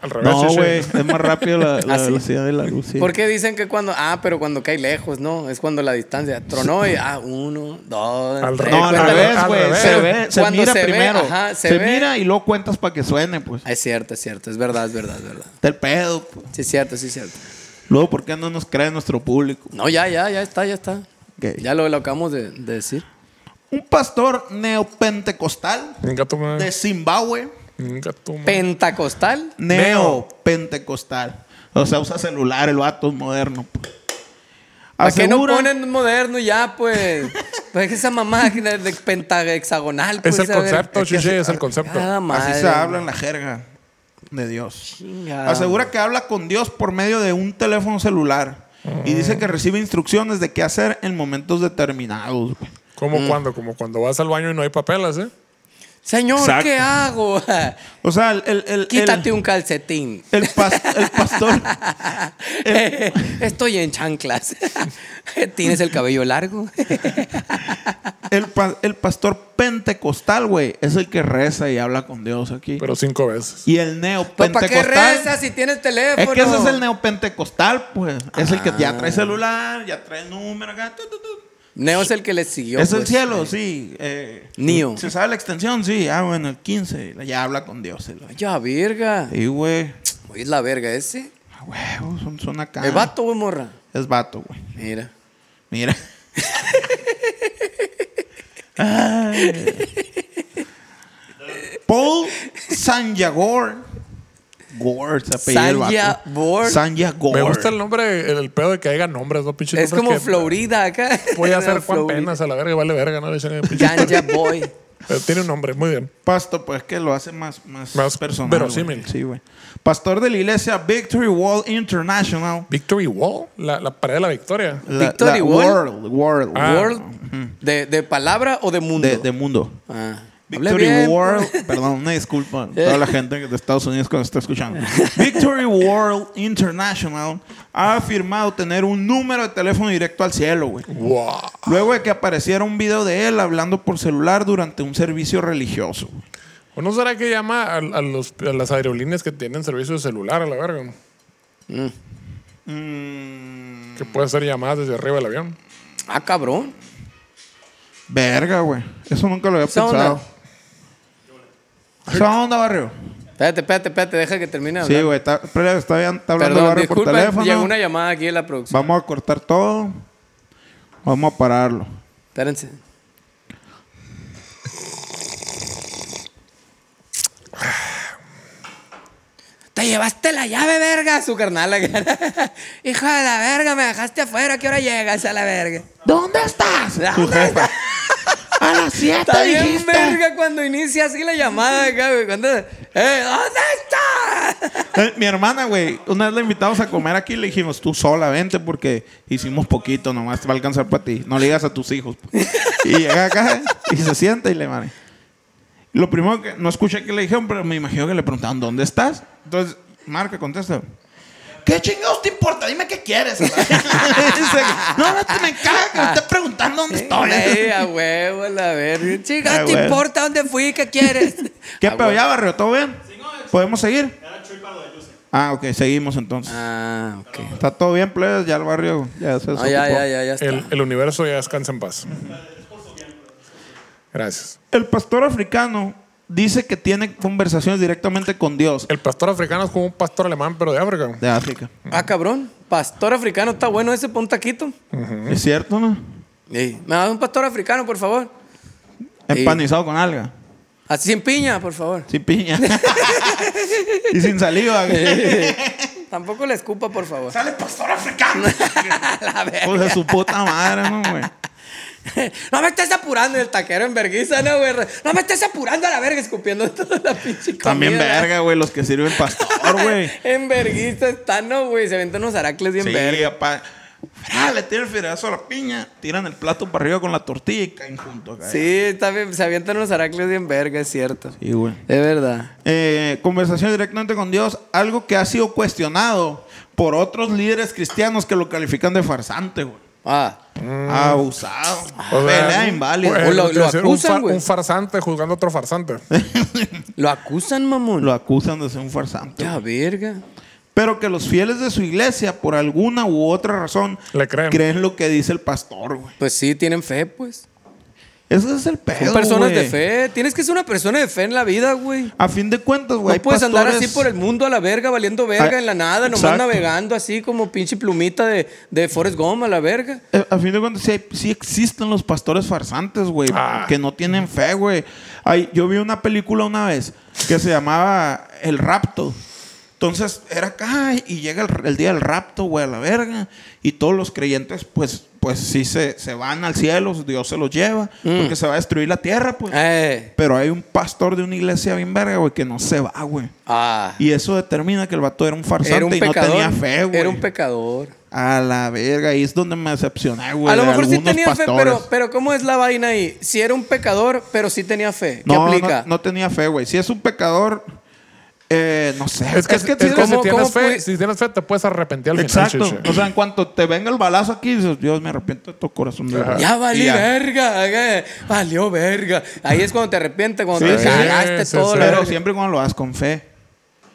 Al revés.
No,
sí, sí.
güey, es más rápido la, la
¿Ah, sí?
velocidad de la luz. sí.
Porque dicen que cuando. Ah, pero cuando cae lejos, ¿no? Es cuando la distancia. Tronó y. Ah, uno, dos.
Al
tres,
revés.
No, al
cuatro.
revés,
al
güey.
revés.
Se ve, se
Cuando
mira
se ve,
primero.
ajá,
se
se ve.
mira y luego cuentas para que suene, pues.
Ah, Es cierto, es cierto. Es verdad, es verdad, es verdad.
Del pedo, pues.
Sí, es cierto, sí, es cierto.
Luego, ¿por qué no nos cree nuestro público?
No, ya, ya, ya está, ya está.
Ok.
Ya lo, lo acabamos de, de decir.
Un pastor neopentecostal
Venga, tú, madre.
de Zimbabue.
Venga, tú, madre.
Pentacostal.
Mm, Neopentecostal. O sea, usa celular, el vato es moderno. pues.
¿Para qué no
Asegura-
ponen moderno ya, pues? Pues esa mamá que de pentahexagonal.
Es
pues,
el
a ver.
concepto,
es que
Chiche,
se-
es el concepto.
Cada madre.
Así se habla en la jerga de Dios.
Chingada
Asegura que habla con Dios por medio de un teléfono celular. Y dice que recibe instrucciones de qué hacer en momentos determinados. güey.
Como
Mm.
cuando, como cuando vas al baño y no hay papelas, ¿eh?
Señor,
Exacto.
¿qué hago?
O sea, el, el, el-
Quítate
el-
un calcetín.
el pas- el pastor.
Estoy en chanclas. ¿Tienes el cabello largo?
El, pa- el pastor pentecostal, güey, es el que reza y habla con Dios aquí.
Pero cinco veces.
y el
Pues, ¿Para qué
neopentecostal.
rezas si tienes teléfono?
Es que ese es el neopentecostal, pues. Es el que ya
Ah.
trae celular, ya trae número acá. tu, tu, tu.
Neo es el que le siguió.
es el
pues.
cielo, sí. eh,
Neo.
¿Se sabe la extensión? Sí. Ah, bueno, el 15. Ya habla con Dios. el-
Ya, verga.
Sí, güey.
Oye, es la verga ese.
A huevo, son, son acá.
El vato, güey, morra.
Es vato, güey.
Mira.
Mira. Ay. Paul Sanjagor. Gore, se apellida el vato.
Sanjagor.
Sanjagor.
Me gusta el nombre, el, el pedo de que haya nombres, ¿no? Pinches
Es
nombres
como
que
Florida acá.
Voy a hacer
No,
Juan
Florida.
Penas a la verga, vale verga, ¿no? Le dicen, eh, pinche-
Ganja Boy.
Pero tiene un nombre, muy bien.
Pasto, pues que lo hace más, más,
Más
personal.
verosímil.
güey. Sí, güey. Pastor de la iglesia Victory Wall International.
Victory Wall, la, la pared de la victoria.
La-
Victory
la
Wall.
World. World.
Ah.
World. De, de palabra o de mundo?
De, de mundo.
Ah. Hablé
Victory
bien. Eh.
World. Perdón, una disculpa. a Toda la gente de Estados Unidos que nos está escuchando. Victory World International ha afirmado tener un número de teléfono directo al cielo, güey.
Wow.
Luego de que apareciera un video de él hablando por celular durante un servicio religioso. güey.
¿O no será que llama a, a los, a las aerolíneas que tienen servicio de celular a la verga?
Mm,
Que puede hacer llamadas desde arriba del avión.
Ah, cabrón.
verga, güey. Eso nunca lo había
Esa onda.
pensado. ¿Esa onda, barrio?
Espérate, espérate, espérate. Deja que termine. de
Sí,
hablar.
güey. Está, espera, está bien- está hablando
Perdón,
barrio por
disculpen. Llegó
teléfono.
una llamada aquí en la producción.
Vamos a cortar todo. Vamos a pararlo.
Espérense. Te llevaste la llave, verga, su carnal. acá. Hijo de la verga, me dejaste afuera. ¿A qué hora llegas a la verga?
¿Dónde estás?
¿Dónde
Tu jefa.
A las 7
Está bien,
dijiste.
verga, cuando inicia así la llamada acá, güey. Cuando, ¡Eh, ¿dónde está?
Eh, Mi hermana, güey, una vez la invitamos a comer aquí y le dijimos, tú sola, vente porque hicimos poquito, nomás te va a alcanzar para ti. No le digas a tus hijos. pues". y llega acá y se sienta y le mane. Lo primero que no escuché que le dijeron, pero me imagino que le preguntaron, ¿dónde estás? Entonces, marca, contesta.
¿Qué chingados te importa? Dime qué quieres.
Dice, no, no, te me caga que me estés preguntando dónde
Ey,
estoy.
a huevo, la verga.
A
Chica, ¿te
huevo.
importa dónde fui? ¿Qué quieres?
¿Qué
A
pedo
huevo.
ya, barrio? ¿Todo bien? ¿Podemos seguir? Ah, ok, seguimos entonces.
Ah, ok.
Está todo bien, plebes, ya el barrio ya se
No, ya,
desocupó.
ya, ya, ya está.
El, el universo ya descansa en paz. Gracias.
El pastor africano dice que tiene conversaciones directamente con Dios
El pastor africano es como un pastor alemán, pero de África.
de África.
Ah, cabrón. Pastor africano, está bueno ese, pon taquito.
¿Es cierto, no?
Ey, ¿Me das un pastor africano, por favor?
Empanizado con alga.
Así sin piña, por favor.
Sin piña. y sin saliva. güey.
Tampoco le escupa, por favor.
Sale pastor africano.
La verga.
Hijo de su puta madre, ¿no, güey?
No me estés apurando el taquero en verguiza, no, güey. No me estés apurando a la verga escupiendo toda la pinche comida.
También verga, güey, los que sirven pastor, güey.
En verguiza están, no, güey. Se aventan unos aracles bien
Sí,
verga.
pa- Ah, le tiran el fideiazo a la piña, tiran el plato para arriba con la tortilla y caen juntos. acá.
Sí, está bien, se avientan unos aracles bien verga, es cierto.
Sí, güey.
Es verdad.
Eh, conversación directamente con Dios, algo que ha sido cuestionado por otros líderes cristianos que lo califican de farsante, güey.
Ah,
Abusado.
Mm. O sea,
Pelea inválida.
pues,
Lo-
es
lo
decir,
acusan,
un,
güey.
un farsante juzgando a otro farsante.
lo acusan, mamón.
Lo acusan de ser un farsante.
Ya, verga.
Pero que los fieles de su iglesia, por alguna u otra razón,
Le creen.
lo que dice el pastor, güey.
Pues sí, tienen fe, pues.
Ese es el pedo.
Son personas
güey.
de fe. Tienes que ser una persona de fe en la vida, güey.
A fin de cuentas, güey. hay
no puedes andar
pastores-
así por el mundo a la verga, valiendo verga
Ah,
en la nada, nomás
exacto.
navegando así como pinche plumita de, de Forrest Gump a la verga.
Eh, A fin de cuentas, sí, hay- sí existen los pastores farsantes, güey.
Ah.
Que no tienen fe, güey. Ay, yo vi una película una vez que se llamaba El Rapto. Entonces, era acá y llega el, el día del rapto, güey, a la verga. Y todos los creyentes, pues, pues sí se, se van al cielo, Dios se los lleva, porque se va a destruir la tierra, pues.
Mm. Eh.
Pero hay un pastor de una iglesia bien verga, güey, que no se va, güey.
Ah.
Y eso determina que el vato era un farsante
Era un
y no
pecador.
tenía fe, güey.
Era un pecador.
A la verga, ahí es donde me decepcioné, güey.
a lo
de
mejor sí
algunos
tenía fe,
pastores.
pero, pero ¿cómo es la vaina ahí? Si era un pecador, pero sí tenía fe. ¿Qué
no,
aplica?
No, no tenía fe, güey. Si es un pecador, eh, no sé.
Es que, es
güey.
que,
es como-
si, tienes
¿cómo
fe,
puede-
si tienes fe, te puedes arrepentir al
Exacto.
final.
O sea, en cuanto te venga el balazo aquí, dices, Dios, me arrepiento de tu corazón. De verdad".
Ya eh, valí
Y
verga, acá, valió verga. Ahí es cuando te arrepientes, cuando
Sí,
te
sí,
cagaste
sí,
todo.
sí.
la
Pero
verga.
siempre cuando lo haces con fe.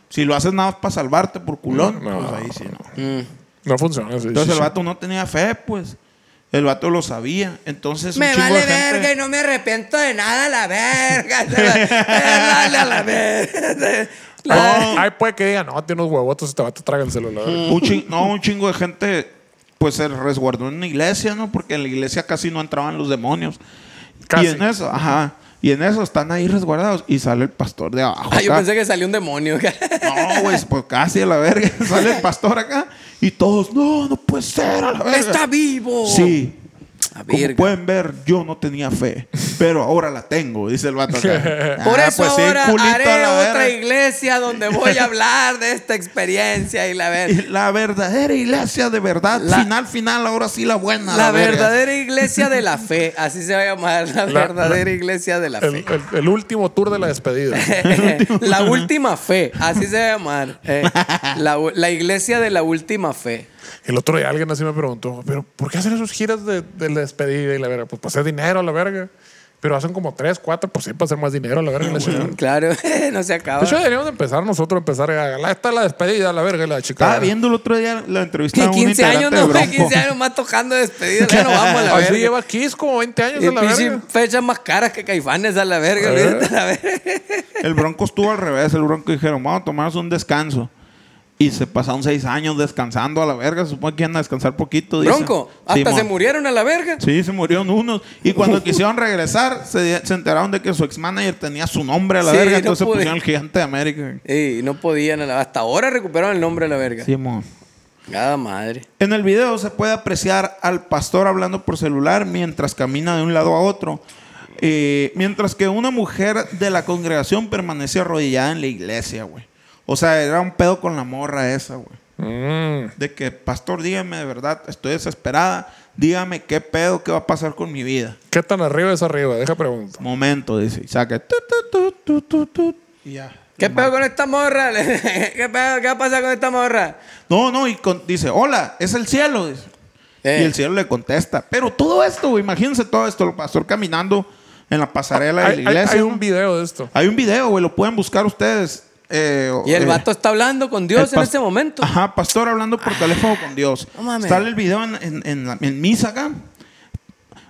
Si lo haces nada más para salvarte por culón,
No, no.
pues ahí sí, no.
No funciona. sí, sí,
Entonces
sí.
el vato no tenía fe, pues. El vato lo sabía. Entonces, un
Me
chingo
vale
de gente-
verga y no me arrepiento de nada, la verga. Dale a la verga. La-
Oh,
No, ahí puede que digan, no, tiene unos huevotos, este vato tráganselo. la verga.
Un chin- no, un chingo de gente pues se resguardó en una iglesia, ¿no? Porque en la iglesia casi no entraban los demonios.
Casi.
Y en eso, ajá. Y en eso están ahí resguardados y sale el pastor de abajo.
Ah, yo
acá.
pensé que salió un demonio.
No, güey, pues casi a la verga. Sale el pastor acá y todos, no, no puede ser a la verga.
Está vivo.
Sí.
La verga.
Como pueden ver, yo no tenía fe, pero ahora la tengo, dice el vato acá.
Por
Ah,
eso
pues sí,
ahora
culito a
haré
la
otra
verga.
iglesia donde voy a hablar de esta experiencia y la
Y
verga.
La verdadera iglesia de verdad,
La-
final, final, ahora sí la buena.
La
verga.
verdadera iglesia de la fe, así se va a llamar, la,
La-
verdadera iglesia de la
El,
fe.
el- el último tour de la despedida.
la última fe, así se va a llamar. eh, la, u- la iglesia de la última fe.
El otro día alguien así me preguntó, pero ¿por qué hacen esos giras de, de la despedida y la verga? Pues para hacer dinero a la verga. Pero hacen como tres, cuatro, pues sí, para hacer más dinero a la
Ah,
verga. la chingada.
Claro, no se acaba.
Pues
De hecho, deberíamos empezar nosotros, empezar a... "Ah, la- Esta es la despedida a la verga y la chica.
Estaba viendo el otro día la entrevista
Que
a un
15 años,
integrante
no,
de
güey,
Bronco.
15 años más tocando despedida. Ya no vamos a la
Ah, Así
verga.
lleva Kiss como 20 años
Y
a la
pinche
verga.
fechas más caras que caifanes a la verga,
A
olvídate
ver.
a la verga.
El Bronco estuvo al revés. El Bronco dijeron, vamos a tomarnos un descanso. Y se pasaron seis años descansando a la verga. Se supone que iban a descansar poquito. dicen.
Bronco, hasta
Simón.
se murieron a la verga.
Sí, se murieron unos. Y cuando quisieron regresar, se, di- se enteraron de que su ex-manager tenía su nombre a la
Sí,
verga.
no
Entonces se
pude.
pusieron el gigante de América.
Y no podían, a la- hasta ahora recuperaron el nombre a la verga.
Simón.
Cada madre.
En el video se puede apreciar al pastor hablando por celular mientras camina de un lado a otro, eh, mientras que una mujer de la congregación permanece arrodillada en la iglesia, güey. O sea, era un pedo con la morra esa, güey.
Mm.
De que, pastor, dígame de verdad, estoy desesperada, dígame qué pedo, qué va a pasar con mi vida.
¿Qué tan arriba es arriba? Deja pregunto.
Momento, dice, y saca. tu, tu, tu, tu, tu, tu, y ya.
¿Qué pedo con esta morra? ¿Qué pedo? ¿Qué va a pasar con esta morra?
No, no, y con- dice, hola, es el cielo. dice.
Eh.
Y el cielo le contesta. Pero todo esto, güey, imagínense todo esto, el pastor caminando en la pasarela de
Hay,
la
hay-
iglesia.
hay
¿no?
un video de esto.
Hay un video, güey, lo pueden buscar ustedes. eh,
Y el
eh,
vato está hablando con Dios
el
en
pas-
ese momento.
Ajá, pastor hablando por teléfono con Dios.
no mames.
Sale el video en, en- en la- en misa acá.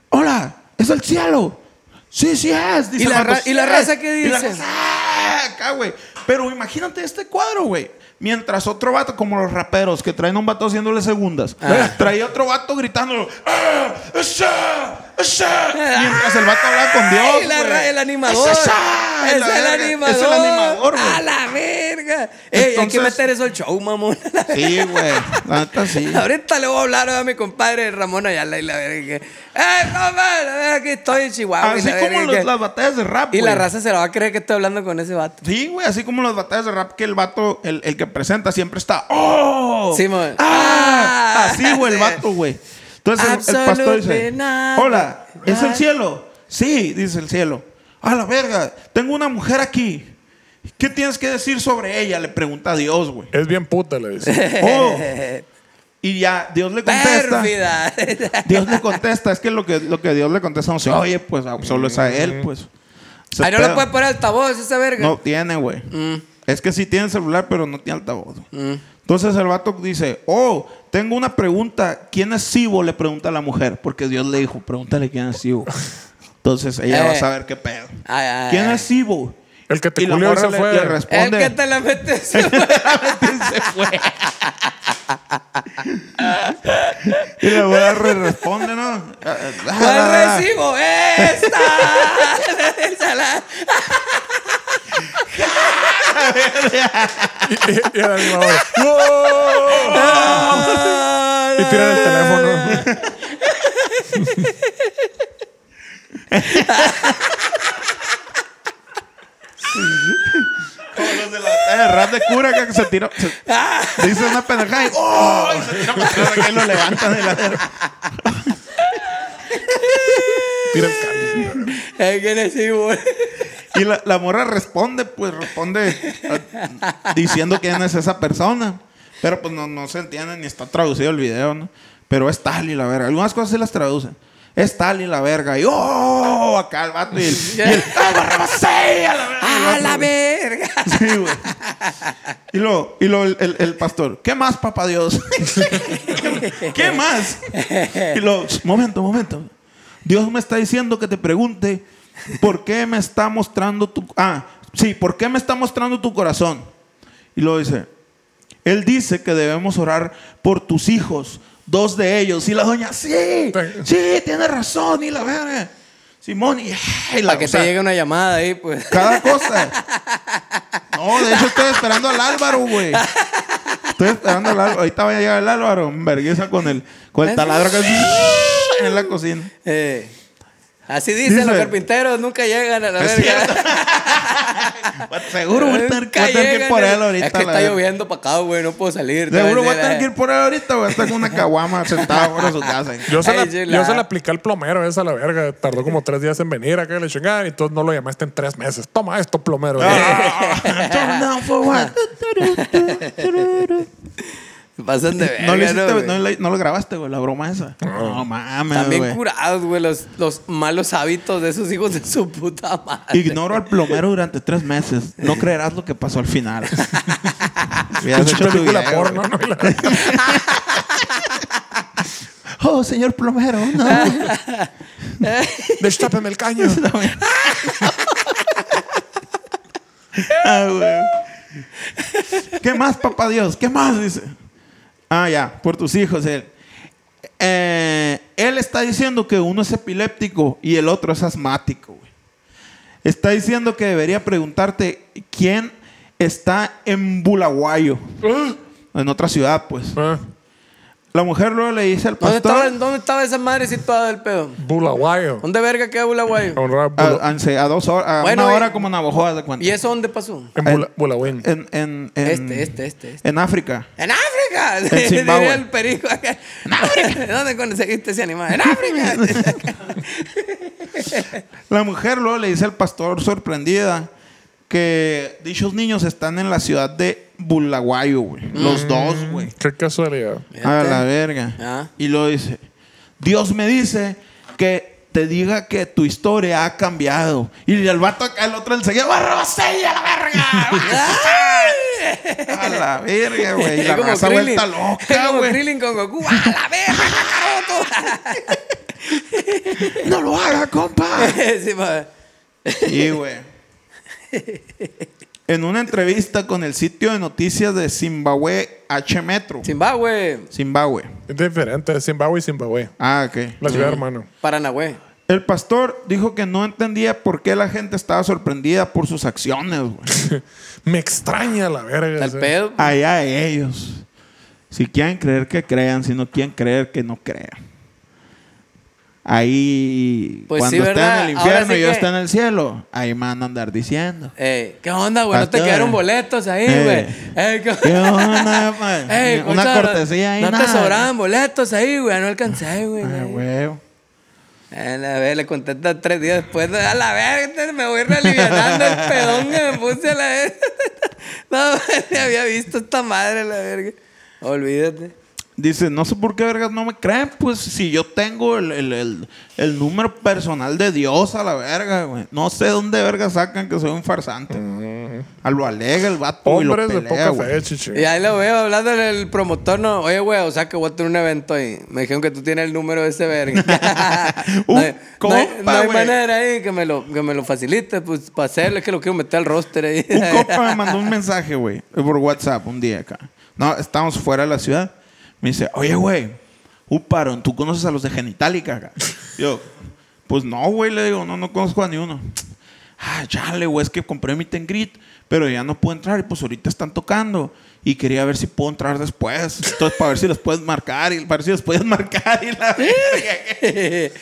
Hola, es el cielo. Sí, sí es. dice
¿Y la
el vato,
ra- y la
"Sí
raza
es".
qué
Y la
dice?
raza, "Ah", acá, güey. Pero imagínate este cuadro, güey. Mientras otro vato, como los raperos que traen a un vato haciéndole segundas,
Ah.
traía otro vato gritando. "Ah, es ah, es ah". Mientras el vato hablaba con Dios.
Ay, la
güey.
ra- el animador.
Es, ah,
Es
la verga,
el animador.
Es el animador, güey.
A la verga. Ey, hay que
Entonces-
meter eso al show, mamón.
Sí, güey. La neta sí.
Ahorita le voy a hablar a mi compadre Ramón Ayala y la verga. que, ¡Eh, compadre! la verga, Aquí estoy en Chihuahua. y
Así
la
como
verga
los-
que-
las batallas de rap.
Y la
güey.
raza se la va a creer que estoy hablando con ese vato.
Sí, güey, así como las batallas de rap que el vato, el, el que presenta siempre está. ¡Oh!
Sí, mon.
¡Ah!
Ah,
Así, güey, el
sí.
vato, güey. Entonces el, el pastor dice:
Absolutely not.
Hola, ¿es el
Right.
cielo? Sí, dice el cielo. A la verga, tengo una mujer aquí. ¿Qué tienes que decir sobre ella? Le pregunta a Dios, güey.
Es bien puta, le dice.
Oh. Y ya Dios le contesta.
Pérfida.
Dios le contesta. Es que lo que, lo que Dios le contesta no se oye, pues solo es a él, pues. Se
Ahí no lo
peda.
puede poner altavoz esa verga.
No tiene, güey.
Mm.
Es que sí tiene celular, pero no tiene altavoz. Entonces el vato dice, oh, tengo una pregunta. ¿Quién es Sibo? Le pregunta a la mujer. Porque Dios le dijo, pregúntale quién es Sibo. Entonces ella va a
Eh.
saber qué pedo.
Ay, ay,
¿Quién
ay.
es Sibo?
El que te
Y la
culió y
morra
se
le,
fue.
le
El
responde.
que te la mete se
Y la morra re- responde, ¿no? Ah, ah, ah, ah.
¿Cuál recibo? ¡Esta!
y, y el animador. ¡Wow! Y tiran el
Ah.
teléfono.
Como los de la batalla de rap de cura acá que se tiró.
Ah.
se- dice una pendejada y ¡oh! Y se tira para atrás acá y lo levantan de la
Tira el cáliz.
El que recibo.
Y la, la morra responde, pues responde ah, diciendo quién es esa persona. Pero pues no, no se entiende ni está traducido el video, ¿no? Pero es tal y la verga. Algunas cosas se las traducen. Es tal y la verga. Y ¡oh! Acá el vato y el... y el, ¡Ah, Barrabás, sí, a Ah, la verga!
¡A Ah, la verga!
Sí, güey. Y luego, y luego el, el- el pastor, ¿qué más, papá Dios? ¿Qué más? Y luego, "Sh, momento, momento. Dios me está diciendo que te pregunte por qué me está mostrando tu... Ah, sí, ¿por qué me está mostrando tu corazón? Y luego dice, él dice que debemos orar por tus hijos, dos de ellos. Y la doña, sí,
Te-
sí, tiene razón. Y la verga. Simón, y, ay, la
Para que
o sea,
te llegue una llamada ahí, pues.
cada cosa. No, de hecho estoy esperando al Álvaro, güey. Estoy esperando al Álvaro. Ahorita va a llegar el Álvaro. Vergüenza con el, con el taladro que en la cocina.
Eh, Así dicen
Dice-
los carpinteros, nunca llegan a la
Es
verga.
Seguro voy a tener,
Nunca
voy a tener que ir
llegan,
por
eh.
él ahorita.
Es que
la
está
verga.
lloviendo para acá, güey, no puedo salir.
Seguro
voy
voy a tener que ir por él ahorita, güey. Está con una caguama sentada fuera de su casa.
Yo se, la,
Ay, chela.
yo se la apliqué al plomero esa la verga. Tardó como tres días en venir acá y le chingada. Y entonces no lo llamaste en tres meses. Toma esto, plomero.
Ah. Eh, Turn down for what?
Pasan de verga,
No, le hiciste-
güey?
no le- no lo grabaste, güey, la broma esa. No mames,
Están bien
güey.
curados, güey, los, los malos hábitos de esos hijos de su puta madre.
Ignoro al plomero durante tres meses. No creerás lo que pasó al final. Hubieras
Pinche
hecho tu
película
video,
porno.
güey.
¿no? Y la-
Oh, señor plomero, no.
Destápeme el caño.
Ah, güey. ¿Qué más, papá Dios? ¿Qué más? Dice. Ah, ya, por tus hijos. Él. Eh, él está diciendo que uno es epiléptico y el otro es asmático. güey. Está diciendo que debería preguntarte quién está en Bulaguayo,
Ah.
en otra ciudad, pues.
Ah,
La mujer luego le dice al
¿Dónde estaba,
pastor
¿Dónde estaba esa madre situada del pedo?
Bulawayo.
¿Dónde verga queda Bulaguayo?
Honrar a
a,
Bula-
a- a dos horas, a
Bueno,
una
y-
hora como Navajoa de cuenta.
¿Y eso dónde pasó?
eh.
en Bula- Bulawin.
En, en- en-
Este, este, este, este.
En África.
¡En África!
En Zimbabue.
Diría el perico acá. ¡En África! ¿Dónde conseguiste ese animal? ¡En África!
La mujer luego le dice al pastor sorprendida que dichos niños están en la ciudad de Bulaguayo, güey. Los dos, güey.
Qué casualidad.
A la verga.
Mm. Ah.
Y lo dice, Dios me dice que te diga que tu historia ha cambiado. Y el vato acá, el otro enseguida, "Barrabás, ella, la verga! a la verga, güey. Y
Es
la
como
raza
Krillin.
vuelta
Es
loca,
como
güey.
Krillin con Goku. ¡A la verga! carajo,
¡No lo haga, compa!
tú! Sí, ma.
Sí, güey. En una entrevista con el sitio de noticias de Zimbabue H Metro.
Zimbabue.
Zimbabue.
Es diferente, es Zimbabue y Zimbabue.
Ah, ok.
La ciudad, hermano.
Paranagüe.
El pastor dijo que no entendía por qué la gente estaba sorprendida por sus acciones, güey.
Me extraña la verga.
Al
sí.
pedo.
Allá ellos. Si quieren creer que crean, si no quieren creer que no crean. Ahí,
Pues
cuando
sí,
está en
¿verdad?
el
Ahora
infierno
sí
y yo
que-
está en el cielo, ahí me van a andar diciendo.
Ey, ¿Qué onda, güey? ¿No te
Pastor.
quedaron boletos ahí,
Ah, Ey.
güey? Ey, ¿qué
¿Qué onda, man?
Ey,
Una
escucha,
cortesía ahí,
No te
nada.
sobraban boletos ahí, güey. No alcancé, güey.
Ah,
güey.
huevo.
A la verga, le contesta tres días después. de- A la verga, me voy relivianando el pedón que me puse a la verga. No, güey, ni había visto esta madre, a la verga. Olvídate.
Dice, no sé por qué vergas no me creen, pues si yo tengo el, el- el- el número personal de Dios a la verga, güey. No sé dónde vergas sacan que soy un farsante. A lo alega el vato y lo
Hombres de
pelea,
poca fe,
güey.
chichi.
Y ahí lo veo hablando el promotor, no. Oye, güey, o sea que voy a tener un evento ahí. Me dijeron que tú tienes el número de ese verga.
Un
no, hay, no hay-
Uh, compa,
no hay
güey.
manera ahí que me lo, que me lo facilite, pues, para hacerlo. Es que lo quiero meter al roster ahí.
Un compa me mandó un mensaje, güey, por WhatsApp un día acá. No, estábamos fuera de la ciudad. Me dice, oye, güey, Uparon, ¿tú conoces a los de Genitalica acá? Yo, pues no, güey, le digo, no, no conozco a ni uno. Ah, chale, güey, es que compré mi Tengrit, pero ya no puedo entrar y pues ahorita están tocando. Y quería ver si puedo entrar después. Entonces, para ver si los puedes marcar y para ver si los puedes marcar y la verga.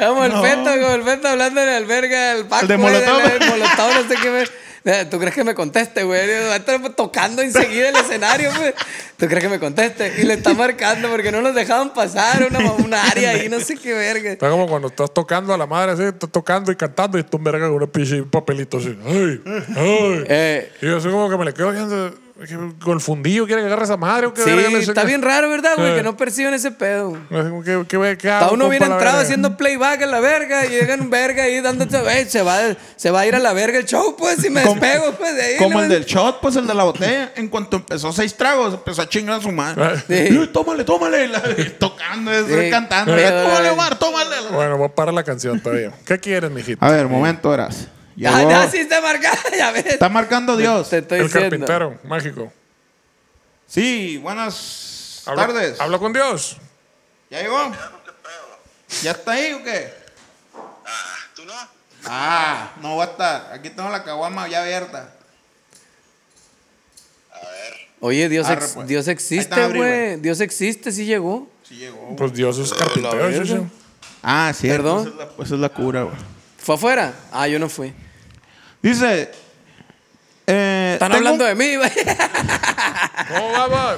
Vamos, el
No.
feto, como el feto hablando en el verga, el Paco.
El de
güey,
Molotov.
la- el Molotov, no sé qué. ver. Eh, ¿Tú crees que me conteste, güey? Va a estar tocando enseguida el escenario, güey. ¿Tú crees que me conteste? Y le está marcando porque no nos dejaban pasar una, una área ahí, no sé qué verga.
Está como cuando estás tocando a la madre así, estás tocando y cantando y tú verga con un pinche papelito así. ¡Ay! ¡Ay!
Eh,
Y yo así como que me le quedo viendo. que Con el fundillo, ¿quieren agarrar esa madre o qué
sí,
verga? Le dice
está
que-
bien raro, ¿verdad, güey?
Eh.
Que no perciben ese pedo.
Así como, ¿Qué, qué, qué, qué
Ah,
Está
hago,
uno bien
compa, la
entrado
verga?
haciendo playback a la verga y llegan un verga ahí dándote, güey, se va, se va a ir a la verga el show, pues, si me
Como-
despego, pues, de ahí.
Como
¿no?
el del shot, pues el de la botella. En cuanto empezó seis tragos, empezó a chingar a su
Ah,
madre.
Sí.
"Eh, Tómale, tómale. Y la- y tocando, eso,
Sí.
cantando.
Pero-
tómale, Omar, tómale.
Bueno, voy a parar la canción todavía. ¿Qué quieres, mijito?
A ver, momento, verás.
Ya,
Llegó-
ya, sí está marcado, ya ves.
Está marcando Dios.
Te estoy
El
diciendo.
carpintero, mágico.
Sí, buenas
Habla-
tardes.
Habla con Dios.
¿Ya llegó? ¿Ya está ahí o qué?
¿Tú no?
Ah, no va a estar. Aquí tengo la caguama ya abierta.
Oye, Dios,
Arre,
ex-
pues.
Dios
Ahí
existe,
está, abrí,
güey. Dios existe, sí llegó.
Sí llegó.
Pues Dios es carpintero.
verga.
sí, sí.
Ah, sí.
Perdón.
Esa es la, esa es la cura, güey.
¿Fue afuera? Ah, yo no fui.
Dice. eh,
Están
tengo
hablando
un-
de mí, güey.
¿Cómo vamos?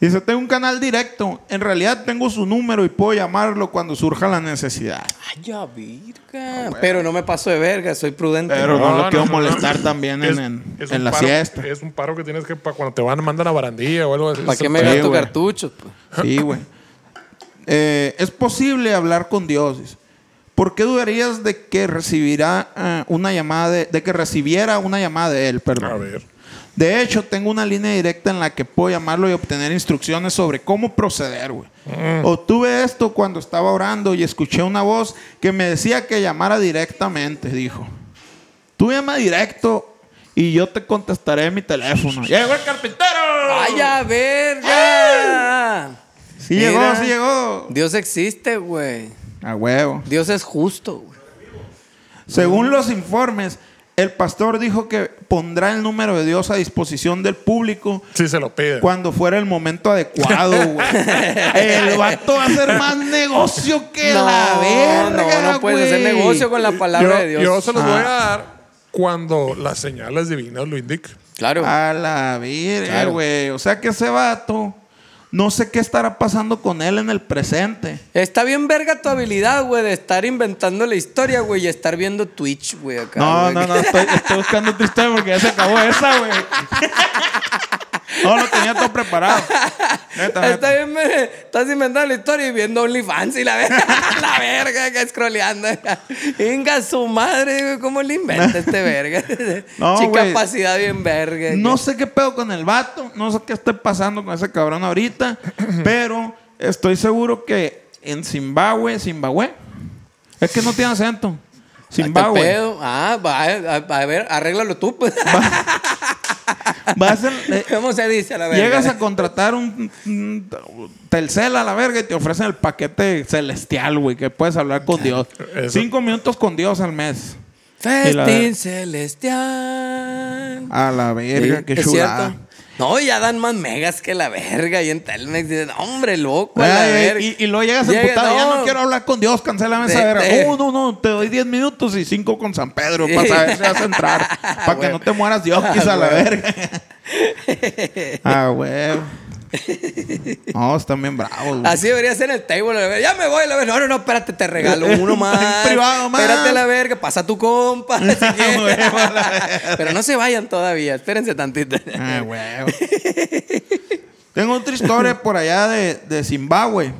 Dice, tengo un canal directo. En realidad tengo su número y puedo llamarlo cuando surja la necesidad.
Ay, ya, virga. Pero no me paso de verga, soy prudente.
Ah, Pero no,
No,
lo
no,
quiero
no,
molestar
no.
también en,
Es-
en-
es
en
un
la
paro-
siesta.
Es un paro que tienes que para cuando te van mandan a barandilla o algo así.
¿Para
Es
qué
el
me
Sí,
pedo.
gasto
güey.
cartuchos? pues?
Sí, güey. Eh, es posible hablar con Dios. dice. ¿Por qué dudarías de que recibirá eh, una llamada de, de que recibiera una llamada de él? Perdón.
A ver.
De hecho, tengo una línea directa en la que puedo llamarlo y obtener instrucciones sobre cómo proceder, güey. Obtuve esto cuando estaba orando y escuché una voz que me decía que llamara directamente, dijo. Tú llama directo y yo te contestaré mi teléfono. ¡Llegó el carpintero!
¡Vaya a ver, ya!
Sí
Mira,
llegó, sí llegó.
Dios existe, güey.
A huevo.
Dios es justo, güey.
Según los informes, el pastor dijo que pondrá el número de Dios a disposición del público
Sí, se lo pide.
cuando fuera el momento adecuado, güey. El vato va a hacer más negocio que la verga,
no, no puedes hacer
güey.
negocio con la palabra de
Yo,
Dios.
yo se los voy a
Ah.
dar cuando las señales divinas lo indiquen.
Claro.
A la verga,
Claro.
güey. O sea que ese vato, no sé qué estará pasando con él en el presente.
Está bien verga tu habilidad, güey, de estar inventando la historia, güey, y estar viendo Twitch, güey, acá.
No,
güey.
no, no, estoy, estoy buscando otra historia porque ya se acabó esa, güey. No, lo tenía todo preparado. Neta, neta.
Está bien, me- estás inventando la historia y viendo OnlyFans y la verga, la verga, que scrolleando. Venga, su madre, güey, ¿cómo le inventa este verga?
No,
Chica
güey.
capacidad bien verga.
No sé qué pedo con el vato, no sé qué esté pasando con ese cabrón ahorita, pero estoy seguro que en Zimbabue, Zimbabue, es que no tiene acento.
Hasta el
Zimbabue.
pedo. Ah, va, a, a ver, arréglalo tú, pues.
Vas en- eh,
¿Cómo se dice a la verga?
llegas a contratar un, un Telcel a la verga y te ofrecen el paquete celestial, güey, que puedes hablar con Dios.
Eso.
Cinco minutos con Dios al mes. Y la-
Festín celestial.
A la Ah, verga,
Sí,
qué
es
chulada.
cierto. No, ya dan más megas que la verga. Y en Telmex dicen, hombre, loco, a la
Ay,
verga.
y, y luego llegas
Llega-
emputado, ya no quiero hablar con Dios, cancélame esa
De-
verga. "Uh,
de-
No, no, no, te doy 10 minutos y 5 con San Pedro
Sí.
para saber si vas a entrar. Para que
Huevo.
no te mueras Dios,
Ah,
quizá la
huevo.
verga. ah, huevo. No, están bien bravos, güey.
Así debería ser el table. la verga. Ya me voy, la verga. No, no, no, espérate, te regalo uno más.
Un privado más.
Espérate, la verga. Pasa tu compa. si quieres.
Huevo, la verga.
Pero no se vayan todavía. Espérense tantito.
Ah, huevo. Tengo otra historia por allá de, de Zimbabue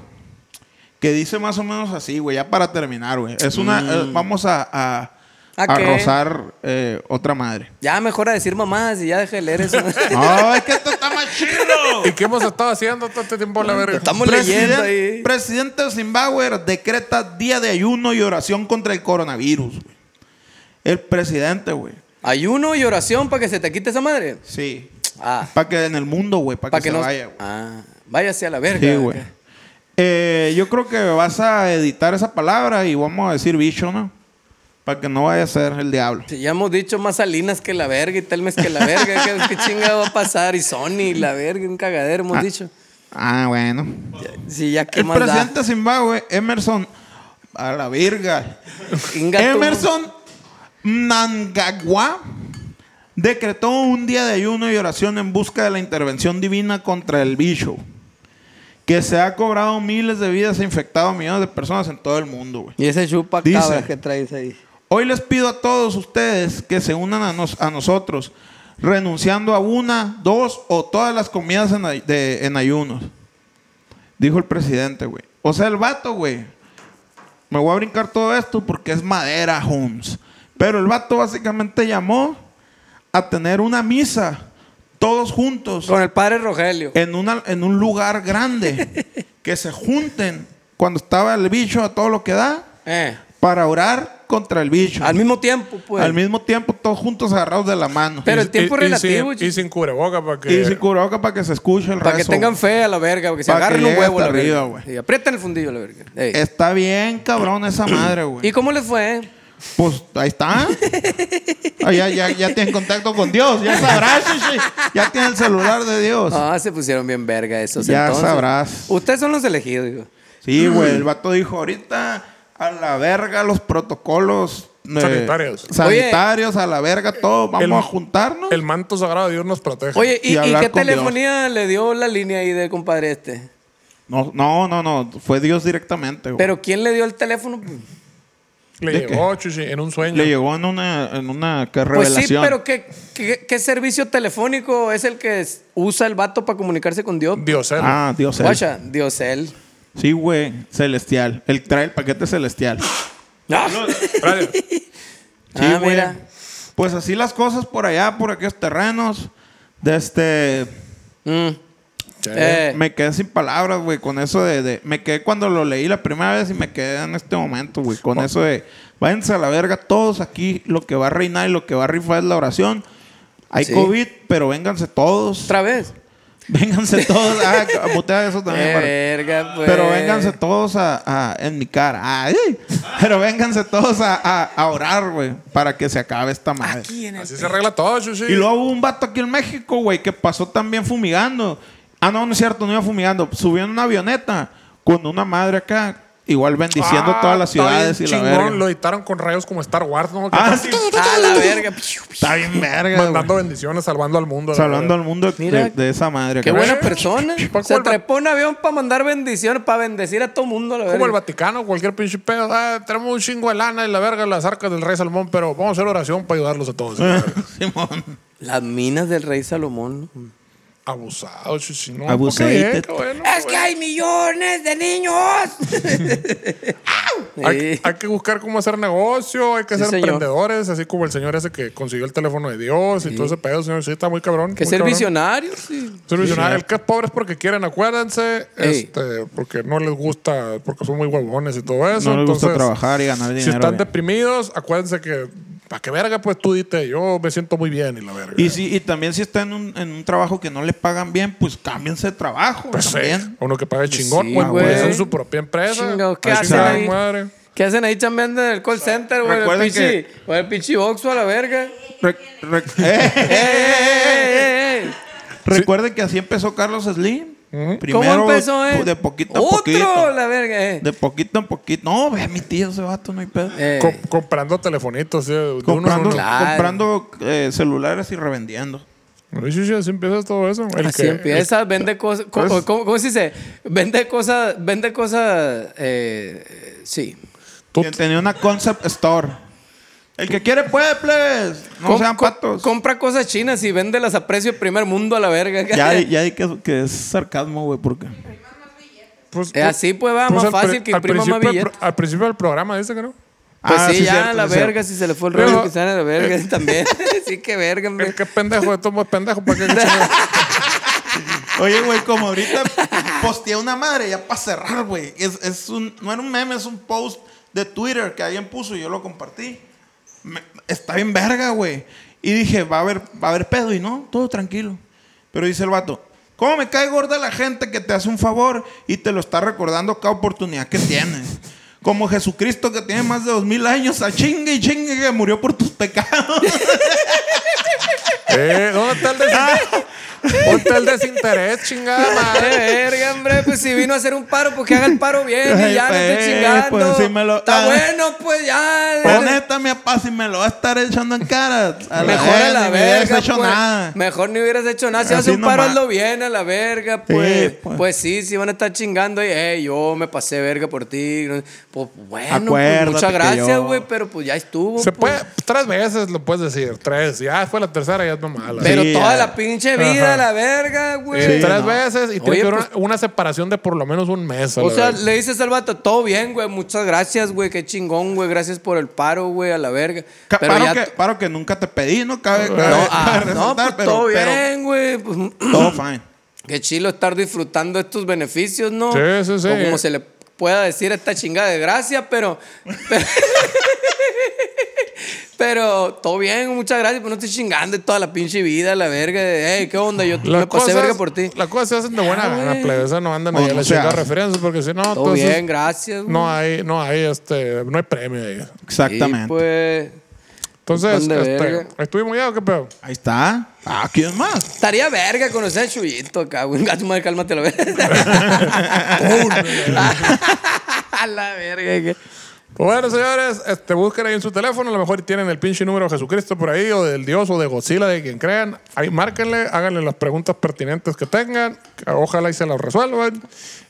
que dice más o menos así, güey, ya para terminar, güey. Es una. eh, vamos a, a,
Mm. ¿A
a
qué?
rozar eh, otra madre.
Ya mejor a decir mamás y ya deje de leer eso.
No, es que esto está más chido.
¿Y qué hemos estado haciendo todo este tiempo, la verga?
Estamos leyendo ahí.
Presidente de Zimbabue decreta día de ayuno y oración contra el coronavirus. güey. El presidente, güey.
Ayuno y oración para que se te quite esa madre.
Sí.
Ah,
Para que en el mundo, güey. Para
para
que,
que
se
no.
vaya, güey.
Ah, váyase a la verga.
Sí, güey. Eh, yo creo que vas a editar esa palabra y vamos a decir bicho, ¿no? Para que no vaya a ser el diablo.
Sí, Ya hemos dicho más Salinas que la verga y Telmes que la verga. ¿Qué, qué chinga va a pasar? Y Sony, la verga, un cagadero, hemos
Ah.
dicho.
Ah, bueno.
Sí, ya que
El
más
presidente de Zimbabue, Emerson. A la virga.
da. Inga tú.
Emerson Mnangagwa decretó un día de ayuno y oración en busca de la intervención divina contra el bicho, que se ha cobrado miles de vidas e infectado a millones de personas en todo el mundo. güey.
Y ese chupa
Dice.
cabra que traes ahí.
Hoy les pido a todos ustedes que se unan a, nos- a nosotros, renunciando a una, dos o todas las comidas en, ay- de- en ayunos. Dijo el presidente, güey. O sea, el vato, güey. Me voy a brincar todo esto porque es madera, Holmes. Pero el vato básicamente llamó a tener una misa todos juntos
Con el padre Rogelio.
en, una- en un lugar grande. que se junten cuando estaba el bicho a todo lo que da
Eh,
para orar contra el bicho.
Al mismo tiempo, pues.
Al mismo tiempo, todos juntos agarrados de la mano.
Pero el tiempo
y,
relativo,
Y
chico.
sin, y sin cubreboca para que.
y sin cubrebocas para que se escuche el
para que
rezo.
tengan fe a la verga, porque se
Para que
agarren un
llegue
huevo a la
hasta
verga.
arriba, güey.
Y aprieten el fundillo a la verga. Ey.
Está bien, cabrón, esa madre, güey.
¿Y cómo le fue?
Pues ahí está. Ah, ya, ya, ya tienes contacto con Dios, ya sabrás. chichi. Ya tienes el celular de Dios.
Ah, se pusieron bien verga esos
Ya
entonces.
sabrás.
Ustedes son los elegidos, digo.
Sí, güey, el vato dijo ahorita a la verga los protocolos eh,
Sanitarios.
sanitarios, a la verga todo. Vamos
El-
a juntarnos.
El manto sagrado de Dios nos protege.
Oye, ¿y,
Y
y
hablar
qué
con Dios.
telefonía le dio la línea ahí de compadre este?
No, no, no, no, fue Dios directamente, güey.
¿Pero quién le dio el teléfono? Pues
le
¿de
llegó, chuchi, en un sueño.
Le llegó en una, en una ¿qué,
Pues sí,
revelación.
pero ¿qué, qué, qué servicio telefónico es el que es- usa el vato para comunicarse con Dios?
Dios él.
Ah, Dios él.
Guacha, Dios él.
Sí, güey. Celestial. Él trae el paquete celestial.
Ah,
Gracias.
Sí,
Ah,
güey.
mira.
Pues así las cosas por allá, por aquellos terrenos. De este.
Mm.
Sí.
Eh,
Me quedé sin palabras, güey, con eso de, de- Me quedé cuando lo leí la primera vez y me quedé en este momento, güey, con
Oh.
eso de. Váyanse a la verga todos aquí. Lo que va a reinar y lo que va a rifar es la oración. Hay
Sí.
COVID, pero vénganse todos.
Otra vez.
Vénganse todos. Ah, mutea eso también.
Eh,
para-
verga, pues.
Pero vénganse todos a, a- en mi cara. Ay, pero vénganse todos a, a- a orar, güey, para que se acabe esta madre.
Aquí en el-
Así se arregla todo, Chuchi.
Y luego hubo un vato aquí en México, güey, que pasó también fumigando. Ah, no, no es cierto, no iba fumigando. Subió en una avioneta con una madre acá, igual bendiciendo
Ah,
todas las
está bien
ciudades y la
chingón,
verga.
Lo editaron con rayos como Star Wars, ¿no? Que
Ah,
está
sí,
A la verga.
está bien verga, güey.
mandando bendiciones, salvando al mundo. la
Salvando
verga.
al mundo de-
Mira,
de, de esa madre.
Qué
acá.
buena persona.
¿Cuál-
Se
cuál va-
trepó un avión para mandar bendiciones, para bendecir a todo mundo, la
Como el
verga.
Vaticano, cualquier pinche pedo. Ah, tenemos un chingo de lana y la verga, las arcas del rey Salmón, pero vamos a hacer oración para ayudarlos a todos.
Simón.
Las minas del rey Salomón.
Abusado, Chuchi. No,
Abusadito.
Qué bien, qué bueno, qué bueno.
hay millones de niños.
Hay, hay que buscar cómo hacer negocio, hay que
Sí,
ser
señor.
emprendedores, así como el señor ese que consiguió el teléfono de Dios y todo ese pedo, señor. Sí, está muy cabrón.
que
muy
ser
cabrón.
visionarios. sí.
Ser visionario. El que es pobre es porque quieren, acuérdense.
Ey.
Este, porque no les gusta, porque son muy huevones y todo eso.
No les gusta
Entonces,
trabajar y ganar
Si
dinero.
están
güey.
deprimidos, acuérdense que, ¿para qué verga? Pues tú dite, yo me siento muy bien y la verga. Pues,
Y, si, y también si están en un, en un trabajo que no les pagan bien, pues cámbiense de trabajo.
Pues sí,
también.
a uno que pague chingón,
Sí,
bueno,
güey.
puede ser su propia empresa.
Chingo, ¿qué
Ay,
hacen
chingada
ahí?
madre.
¿Qué hacen ahí chambeando en el call center, güey?
recuerden
Recuerden que... O el pinche Oxxo a la verga.
Re- re-
¡Ey, ey, ey, ey!
Recuerden que así empezó Carlos Slim.
¿Cómo
Primero,
empezó, eh?
pu- De poquito en
Otro,
poquito.
la verga, eh.
De poquito en poquito. No, ve a mi tío ese vato, no hay pedo.
Eh,
Com- comprando telefonitos, sí, de uno en
comprando
uno.
Claro.
comprando eh, celulares y revendiendo.
Ay, sí, sí, así empieza todo eso. El
así
que-
empieza, vende cosas. co-
pues-
¿Cómo, cómo se dice? Vende cosas. Vende cosas. Eh, sí.
Tú-
Quien tenía una concept store. El que quiere puede, plebes. No
Com-
sean
co-
patos.
compra cosas chinas y véndelas a precio de primer mundo a la verga.
ya di, ya di que, que es sarcasmo, güey, porque.
pues,
Eh, así, pues, va más
al pri-
fácil que
al
imprima más
principio del
billetes.
pro- Al principio del programa, dice que no.
Pues
Ah,
sí,
sí,
ya,
cierto,
la
sí,
verga,
cierto.
si se le fue el
Pero-
rollo, que se van a la verga también. sí, qué verga, hombre.
El que es pendejo, de todos modos es pendejo. ¿para qué chingados?
Oye, güey, como ahorita posteé una madre, ya para cerrar, güey. Es, es un, no era un meme, es un post de Twitter que alguien puso y yo lo compartí. Me- está bien verga, güey. Y dije, va a haber, va a haber pedo y no, todo tranquilo. Pero dice el vato, ¿cómo me cae gorda la gente que te hace un favor y te lo está recordando cada oportunidad que tienes? Como Jesucristo que tiene más de dos mil años, a chingue y chingue que murió por tus pecados.
Eh, ¿Dónde está el desinterés? ¿Dónde está el desinterés, chingada
Qué
madre?
verga, hombre, pues si vino a hacer un paro, pues que haga el paro bien y
Ay,
ya no
pues,
esté chingando.
pues, sí me lo-
Está
ah.
bueno, pues ya.
Honesta, mi papá, si me lo va a estar echando en cara. A
Mejor a
vez,
la
ni me hubieras
verga.
hecho
pues.
nada.
Mejor ni hubieras hecho nada. Si haces
Así
un paro,
nomás.
hazlo bien a la verga, pues.
Sí,
pues.
pues.
sí, sí van a estar chingando. Y, "Ey, yo me pasé verga por ti. Pues bueno, pues,
Acuérdate
muchas
que
gracias,
yo-
güey, pero pues ya estuvo.
Se
pues.
puede, tres veces lo puedes decir, tres. Ya fue la tercera, ya es mamada.
Pero
Sí,
toda
ya.
la pinche vida
Ajá.
a la verga,
Eh,
güey.
tres
no.
veces y tiene
Oye,
que haber
pues-
una, una separación de por lo menos un mes. a
O
la
sea,
verga.
le dices al vato, todo bien, güey, muchas gracias, güey, qué chingón, güey, gracias por el paro, güey, a la verga.
Ca-
Pero
paro,
ya
que,
t-
paro que nunca te pedí, ¿no? Cabe,
No,
cabe-
no, ah,
cabe
no,
resaltar,
pues todo bien, güey. pues,
todo fine.
qué chilo estar disfrutando estos beneficios, ¿no?
Sí, sí, sí.
O como se le pueda decir a esta chingada de gracia, pero... pero- Pero todo bien, muchas gracias, pues no estoy chingando toda la pinche vida, la verga. de, Ey, ¿qué onda? Yo
Las
me pasé verga por ti.
Las cosas se hacen de buena gana,
güey.
plebe. Esas no andan ahí
Bueno,
a la
o sea,
chica referencias porque si no,
Todo
entonces
bien, gracias. güey.
no hay, no hay, este, no hay premio ahí.
Exactamente.
Y pues...
Entonces,
Pan de
este,
verga.
¿estuvimos ya o qué pedo?
Ahí está. Ah, ¿quién más?
Estaría verga conocer a Chuyito acá, güey. Gato madre, cálmate la verga. A la verga. que-
Pues Bueno, señores, este, busquen ahí en su teléfono. A lo mejor tienen el pinche número de Jesucristo por ahí, o del Dios, o de Godzilla, de quien crean. Ahí márquenle, háganle las preguntas pertinentes que tengan. que Ojalá y se las resuelvan.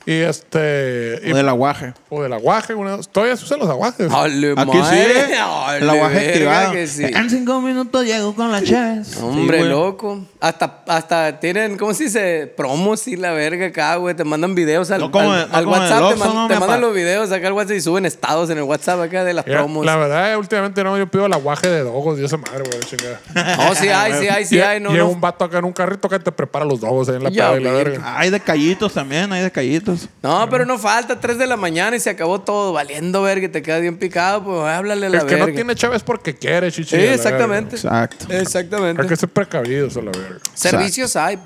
Y este. y-
O del aguaje.
o del aguaje. una- todavía se usan los aguajes.
Ale,
Aquí sí,
madre.
¿eh?
Ale,
El aguaje
verga
activado.
que sí.
En cinco minutos llego con la chaves.
Hombre,
Sí, güey.
loco. Hasta, hasta tienen, ¿cómo se dice? Promos y la verga acá, güey. Te mandan videos al,
No como
al-
de- no
al
como del
WhatsApp. te
Oxxo,
man-
no,
te
mi
mandan
apa.
los videos acá al WhatsApp y suben estados en el WhatsApp acá de las
Ya,
promos.
La verdad, eh, últimamente no, yo pido el aguaje de dogos, Dios esa madre, güey, chingada.
No, sí hay, sí hay, sí
Lle-
hay. No,
Llega
no.
un vato acá en un carrito que te prepara los dogos ahí en la
Ya,
peda y la
güey.
verga.
Hay de callitos también, hay de callitos.
No, pero no falta, 3 de la mañana y se acabó todo, valiendo verga, y te quedas bien picado, pues háblale a la
El que
verga.
no tiene chávez porque quiere, chichi.
Sí,
a la
exactamente.
Exacto.
verga. Hay
Exactamente.
que ser precavidos a la verga.
Servicios hay.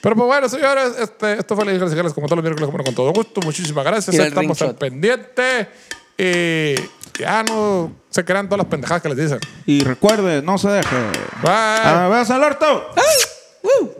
Pero pues bueno, señores, este, esto fue la Iglesia Gales, como todos los miércoles, como con todo gusto. Muchísimas gracias.
Y el
Estamos
ring
al
shot.
pendiente. Y ya no se crean todas las pendejadas que les dicen.
Y recuerde, no se deje.
Ah.
Ah,
Bye.
¡A ver, Salarto!
¡Ay! ¡Woo!